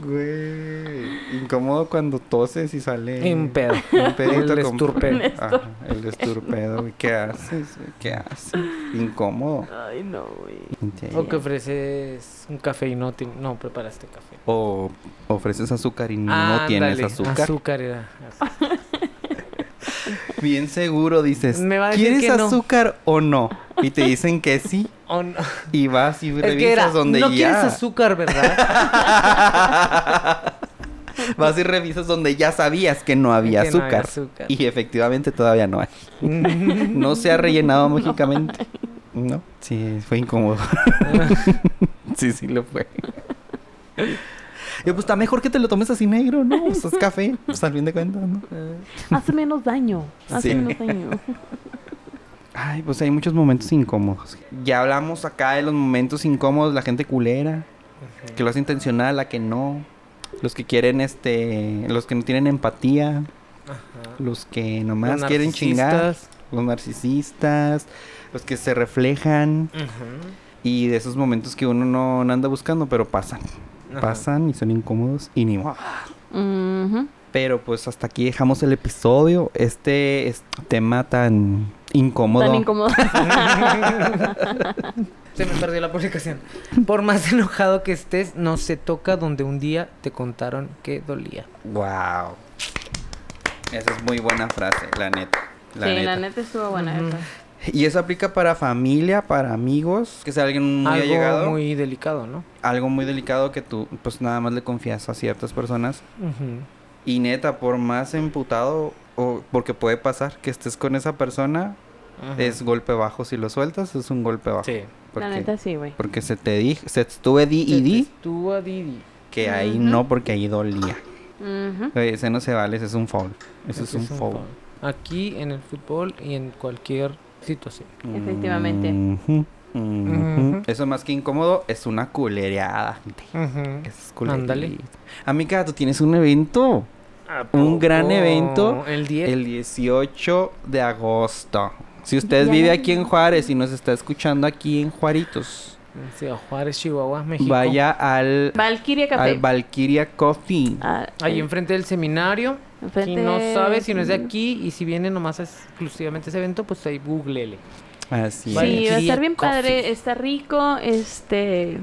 S2: Güey, incómodo cuando toses y sale
S4: Un pedo.
S2: Un pedito
S4: El
S2: con-
S4: esturpeo. Un
S2: Ajá, el esturpedo, güey. ¿Qué haces? güey? ¿Qué haces? Incómodo.
S3: Ay, no, güey.
S2: Sí.
S4: O que ofreces un café y no, ti- no preparaste café.
S2: O ofreces azúcar y no
S4: Ándale,
S2: tienes azúcar.
S4: Azúcar era.
S2: Bien seguro dices,
S4: Me va a decir
S2: ¿quieres
S4: que no".
S2: azúcar o no? y te dicen que sí.
S4: Oh, no.
S2: Y vas y revisas
S4: Es que era,
S2: donde
S4: no quieres
S2: ya.
S4: azúcar, ¿verdad?
S2: Vas y revisas donde ya sabías que no había,
S4: Que no
S2: azúcar.
S4: había azúcar.
S2: Y efectivamente todavía no hay. no se ha rellenado mágicamente. No. Sí, fue incómodo. sí, sí lo fue. Y pues está mejor que te lo tomes así negro, ¿no? Pues es café, pues al fin de cuentas, ¿no?
S3: Hace menos daño. Hace
S2: Sí.
S3: menos daño.
S2: Ay, pues hay muchos momentos incómodos. Ya hablamos acá de los momentos incómodos, la gente culera, que lo hace intencional, la que no, los que quieren este, los que no tienen empatía, los que nomás
S4: Los
S2: quieren chingar,
S4: narcisistas.
S2: los narcisistas, los que se reflejan
S4: Ujú.
S2: y de esos momentos que uno no, no anda buscando, pero pasan.
S4: Ajá.
S2: Pasan y son incómodos y ni modo.
S3: Ujú.
S2: Pero pues hasta aquí dejamos el episodio, este, este tema tan incómodo.
S3: Tan incómodo.
S4: Se me perdió la publicación. Por más enojado que estés, no se toca donde un día te contaron que dolía.
S2: Wow. Esa es muy buena frase, la neta. La
S3: sí,
S2: neta.
S3: la neta estuvo buena esa.
S2: Y eso aplica para familia, para amigos, que sea alguien muy
S4: Algo
S2: allegado,
S4: muy delicado, ¿no?
S2: algo muy delicado que tú pues nada más le confías a ciertas personas.
S4: Ujú.
S2: Y neta, por más emputado o porque puede pasar que estés con esa persona,
S4: Ajá.
S2: es golpe bajo si lo sueltas, es un golpe bajo.
S4: Sí.
S2: Porque,
S3: La neta sí, güey.
S2: porque se te dije, se estuve di y di
S4: Tú a Didi.
S2: que ahí
S3: Ujú.
S2: no porque ahí dolía.
S3: Ujú.
S2: Oye, ese no se vale, ese es un foul. Ese, es,
S4: Ese
S2: un foul.
S4: foul. Aquí en el fútbol y en cualquier situación.
S3: Efectivamente.
S2: Ujú, ujú.
S4: Ujú.
S2: Eso más que incómodo es una culereada, gente. Es culereada.
S4: Ándale.
S2: Amiga, tú tienes un evento. Un gran evento.
S4: El 10.
S2: El 18 de agosto. Si usted
S3: Ya.
S2: vive aquí en Juárez y nos está escuchando aquí en Juaritos,
S4: en Ciudad Juárez, Chihuahua, México.
S2: vaya al,
S3: Valkyria Café.
S2: al Valkyria Coffee.
S3: Ah,
S4: Ahí enfrente del seminario.
S3: Enfrente
S4: Si no sabe, si no es de
S3: del-
S4: aquí y si viene nomás exclusivamente ese evento, pues ahí googlele.
S2: Así
S4: Vale.
S3: Sí,
S2: es.
S3: va a estar
S4: Valkyria
S3: bien
S4: Coffee.
S3: padre, está rico, este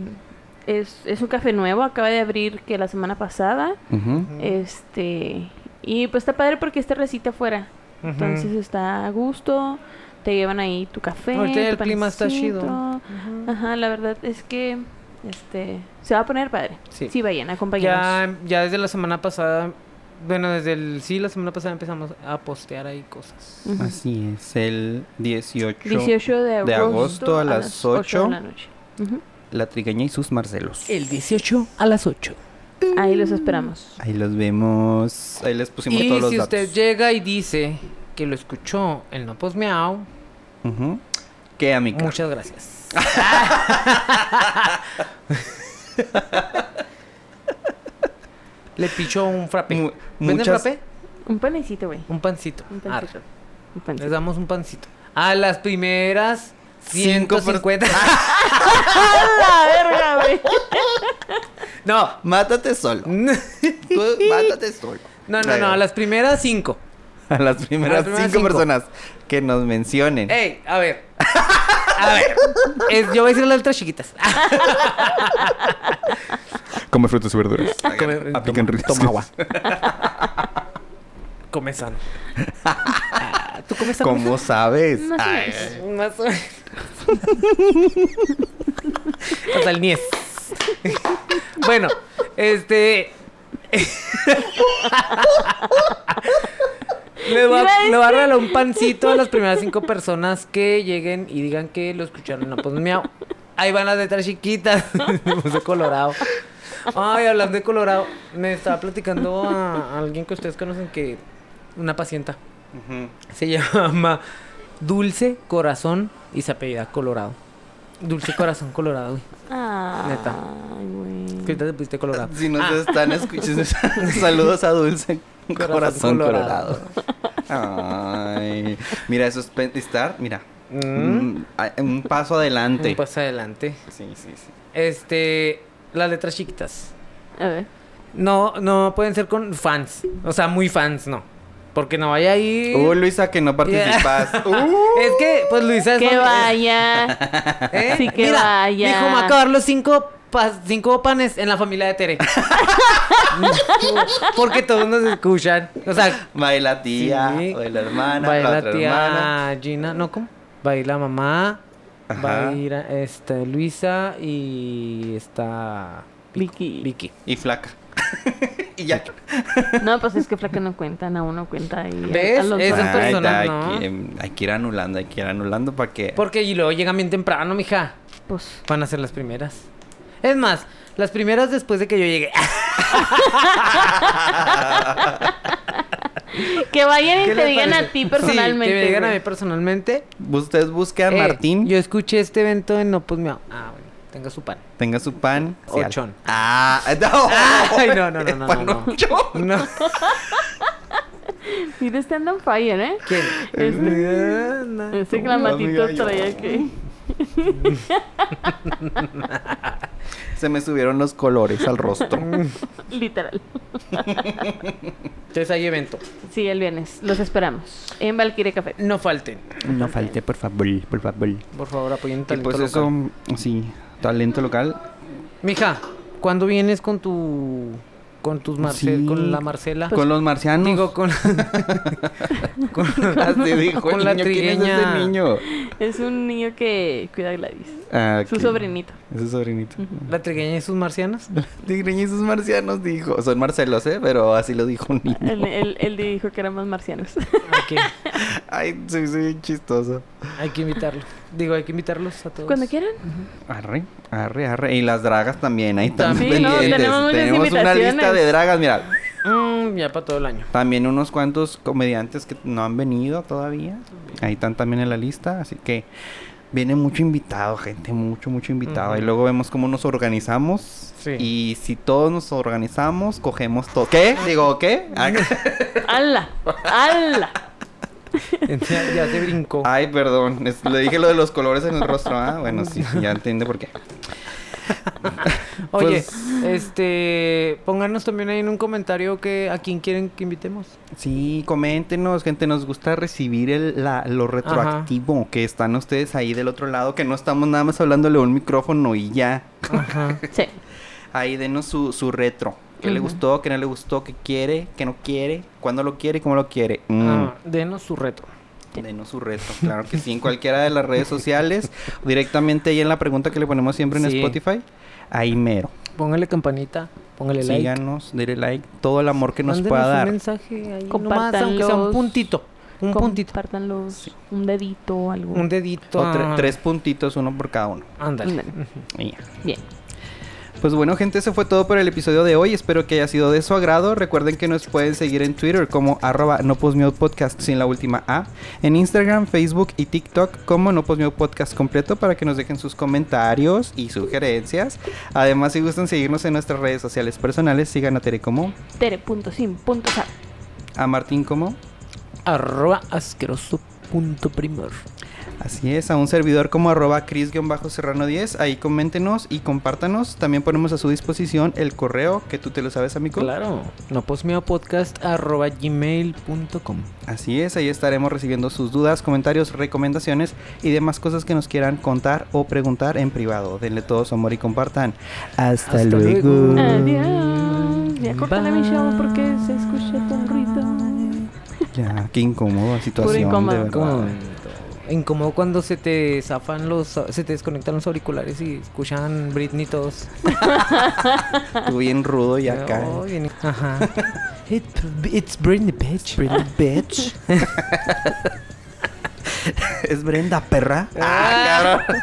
S3: es, es un café nuevo, acaba de abrir que la semana pasada,
S2: Ujú.
S3: este y pues está padre porque está recita afuera,
S4: Ujú.
S3: entonces está a gusto, te llevan ahí tu café,
S4: Ahorita
S3: tu
S4: el clima está chido.
S3: panecito. Ajá, la verdad es que este se va a poner padre.
S4: Sí.
S3: Sí, vayan, acompáñenos.
S4: Ya, ya desde la semana pasada, bueno, desde el sí, la semana pasada empezamos a postear ahí cosas.
S3: Ujú.
S2: Así es. El 18.
S3: 18 de agosto,
S2: de agosto a las
S3: ocho de
S2: 8.
S3: la noche. Ujú.
S2: La Trigueña y sus Marcelos.
S4: 18 a las 8.
S3: Ahí los esperamos.
S2: Ahí los vemos. Ahí les pusimos
S4: Y
S2: todos los
S4: si
S2: datos.
S4: usted llega y dice que lo escuchó en No Post Meow,
S2: Ujú. ¿Qué, amiga?
S4: muchas gracias. Le pichó un frappé.
S2: Mu-
S4: ¿Venden
S2: muchas-
S4: frappé?
S3: Un panecito, güey.
S4: Un pancito.
S3: Un
S4: Arre.
S3: pancito. Un pancito.
S4: Les damos un pancito. A las primeras
S2: Cinco
S4: 150.
S3: ¡A la verga, güey!
S4: no.
S2: Mátate solo. Tú mátate solo.
S4: No, no, no, a las primeras cinco.
S2: A las primeras
S4: a las primeras
S2: cinco,
S4: cinco. Eh.
S2: personas que nos mencionen.
S4: Ey, a ver. A ver. Es- yo voy a decir las letras chiquitas. Ah,
S5: Come frutas y verduras.
S4: Come-
S5: Apliquen
S4: toma,
S5: riesgos.
S4: toma agua. Come sano. Ah, ¿Tú comes sano?
S2: ¿Cómo sabes?
S3: No
S2: Ah,
S3: sé.
S4: Más o menos. Hasta el niés. bueno, este. Le va,
S3: Iba a
S4: le va a regalar un pancito a las primeras cinco personas que lleguen y digan que lo escucharon. No, pues miau. Ahí van las letras chiquitas. Me puse colorado. Ay, hablando de colorado, me estaba platicando a alguien que ustedes conocen que. Una pacienta.
S2: ujú.
S4: Se llama Dulce Corazón y se apellida Colorado. Dulce Corazón Colorado, güey. Neta.
S3: Ay,
S4: Que
S3: güey.
S4: ahorita te pusiste colorado.
S2: Ah, Si nos están escuchando, saludos a Dulce.
S4: Ah. Corazón
S2: Corazón colorado.
S4: colorado.
S2: Ay. Mira, eso es pe- estar, mira.
S4: Mm.
S2: mm, a- un paso adelante.
S4: Un paso adelante.
S2: Sí, sí, sí.
S4: Este, las letras chiquitas.
S3: A ver.
S4: No, no pueden ser con fans. O sea, muy fans, no. Porque no vaya ahí.
S2: Uh, Luisa, que no participas. Uh.
S4: Es que, pues Luisa es.
S3: Que
S4: fan-
S3: vaya.
S4: ¿Eh?
S3: Sí, que
S4: Mira,
S3: vaya.
S4: Dijo, me va a acabar los cinco, pa- cinco panes en la familia de Tere. Porque todos nos escuchan. O sea,
S2: Baila tía,
S4: Sí.
S2: baila hermana, la
S4: Baila
S2: otra
S4: tía
S2: hermana.
S4: Gina, no, ¿cómo? Baila mamá,
S2: Ajá.
S4: Va a ir a- este, Luisa y está
S3: Vicky.
S4: Vicky.
S2: Y flaca. y ya.
S3: No, pues es que flaca no cuentan, a uno cuenta. Y a-
S4: ¿Ves?
S3: a los dos.
S4: Esas Esa
S2: Ay,
S4: persona,
S2: da, hay,
S4: ¿no?
S2: que, em, hay que ir anulando, hay que ir anulando para que.
S4: Porque y luego llegan bien temprano, mija.
S3: Pues,
S4: Van a ser las primeras. Es más, las primeras después de que yo llegue.
S3: que vayan y
S4: ¿Qué
S3: te
S4: les
S3: digan
S4: parece?
S3: a ti personalmente.
S4: Sí, que me digan a
S3: güey.
S4: mí personalmente.
S2: Ustedes busquen
S4: Eh,
S2: a Martín,
S4: Yo escuché este evento en No Pues Miau. Ah, bueno, tenga su pan.
S2: tenga su pan.
S4: Ochón.
S2: Ah, no.
S4: Ay, no, no, no,
S2: El
S4: no,
S2: pan
S4: no, no.
S2: ochón.
S4: No.
S3: Mira, está on fire, ¿eh?
S4: ¿Quién?
S3: Este-
S4: Ana.
S3: Ese
S2: No, amiga,
S3: clamatito
S2: yo-
S3: traía que.
S2: Se me subieron los colores al rostro.
S3: Literal.
S4: Entonces hay evento.
S3: Sí, el viernes. Los esperamos. En Valkyrie Café.
S4: No falten.
S2: No falte, por favor, por favor. Y
S4: Por favor, apoyen el talento
S2: pues
S4: local.
S2: eso, sí, talento local.
S4: Mija, ¿cuándo vienes con tu... Con tus Marcel...
S2: Pues Sí.
S4: Con la Marcela?
S2: con los marcianos.
S4: Ah, pues, Digo, con... con...
S2: Así dijo
S4: con
S2: el
S4: la
S2: niño. ¿Quién es
S4: trigueña.
S2: ese niño?
S3: Es un niño que cuida a Gladys.
S2: Ah,
S3: Su
S2: ok.
S3: sobrinito.
S2: Es su sobrinito.
S4: ¿La trigueña y sus marcianos?
S2: Tigreña y sus marcianos dijo. Son marcelos, ¿eh? Pero así lo dijo un niño.
S3: Él, él- él dijo que éramos marcianos.
S4: Hay que,
S2: Ay, soy, soy bien chistoso.
S4: hay que invitarlo. Digo, hay que invitarlos a todos.
S3: Cuando quieran.
S2: Arre, arre, arre. Y las dragas también, ahí están
S4: También. Sí,
S3: no,
S2: pendientes.
S3: tenemos muchas
S2: una lista
S3: invitaciones.
S2: de dragas, mira.
S4: Mm, ya para todo el año.
S2: También unos cuantos comediantes que no han venido todavía. Ahí están también en la lista, así que viene mucho invitado, gente, mucho, mucho invitado. Y
S4: Ujú.
S2: luego vemos cómo nos organizamos.
S4: Sí.
S2: Y si todos nos organizamos, cogemos todo. ¿Qué? Digo, ¿qué? Ah,
S3: ¡Hala! ¡Hala!
S4: ya, ya se brincó.
S2: Ay, perdón. es- le dije lo de los colores en el rostro. Ah, bueno, sí, ya entiende por qué.
S4: Oye,
S2: pues-
S4: este, pónganos también ahí en un comentario que a quién quieren que invitemos.
S2: Sí, coméntenos, gente, nos gusta recibir el, la- lo retroactivo que están ustedes ahí del otro lado, que no estamos nada más hablándole a un micrófono y ya.
S4: Ajá.
S3: Sí.
S2: Ahí denos su, su retro. ¿Qué le
S3: Ujú.
S2: gustó? ¿Qué no le gustó? ¿Qué quiere? ¿Qué no quiere? ¿Cuándo lo quiere? ¿Cómo lo quiere? Mm.
S4: Ah, denos su reto.
S2: Denos su retro. Claro que sí, en cualquiera de las redes sociales, directamente ahí en la pregunta que le ponemos siempre en
S4: Sí.
S2: Spotify, ahí mero.
S4: Póngale campanita, póngale like.
S2: Síganos, dele like, todo el amor que nos
S4: Mándenos
S2: pueda
S4: un
S2: dar.
S4: mensaje ahí nomás, aunque sea un
S3: Compártanlos.
S4: puntito. Un puntito.
S3: Compártanlo, Un dedito, algo.
S4: Un dedito.
S2: O tre-
S4: ah,
S2: tres puntitos, uno por cada uno.
S4: Ándale.
S3: Ándale.
S2: Y ya.
S3: Bien.
S2: Pues bueno, gente, eso fue todo por el episodio de hoy. Espero que haya sido de su agrado. Recuerden que nos pueden seguir en Twitter como arroba no Posmiedo podcast sin la última A. En Instagram, Facebook y TikTok como no Posmiedo podcast completo para que nos dejen sus comentarios y sugerencias. Además, si gustan seguirnos en nuestras redes sociales personales, sigan a Tere como,
S3: Tere punto sin punto sa.
S2: a Martín como,
S4: Arroba asqueroso punto primer.
S2: Así es, a un servidor como arroba cris-serrano10, ahí coméntenos y compártanos. También ponemos a su disposición el correo, que tú te lo sabes, amigo.
S4: Claro. No posmeo podcast arroba gmail punto com.
S2: Así es, ahí estaremos recibiendo sus dudas, comentarios, recomendaciones y demás cosas que nos quieran contar o preguntar en privado. Denle todo su amor y compartan. Hasta,
S4: Hasta
S2: luego.
S4: luego.
S3: Adiós. Ya córtale mi show porque se escucha tan ruido.
S2: Ya, qué incómodo situación. de
S3: incómodo.
S2: verdad.
S4: Incómodo. Incómodo cuando se te zafan los... Se te desconectan los auriculares y escuchan Britney todos.
S2: Tú bien rudo y acá.
S4: Ay, bien- Ajá. It- it's Britney, bitch.
S2: bitch. es Brenda, perra. Ah, cabrón.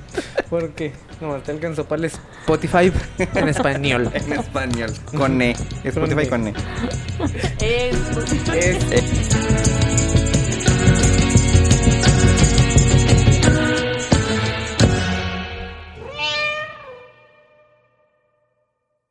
S4: ¿Por qué? Nomás te alcanzó para el Spotify en español.
S2: En español. Con E. Spotify con E.
S3: Es-
S2: Es-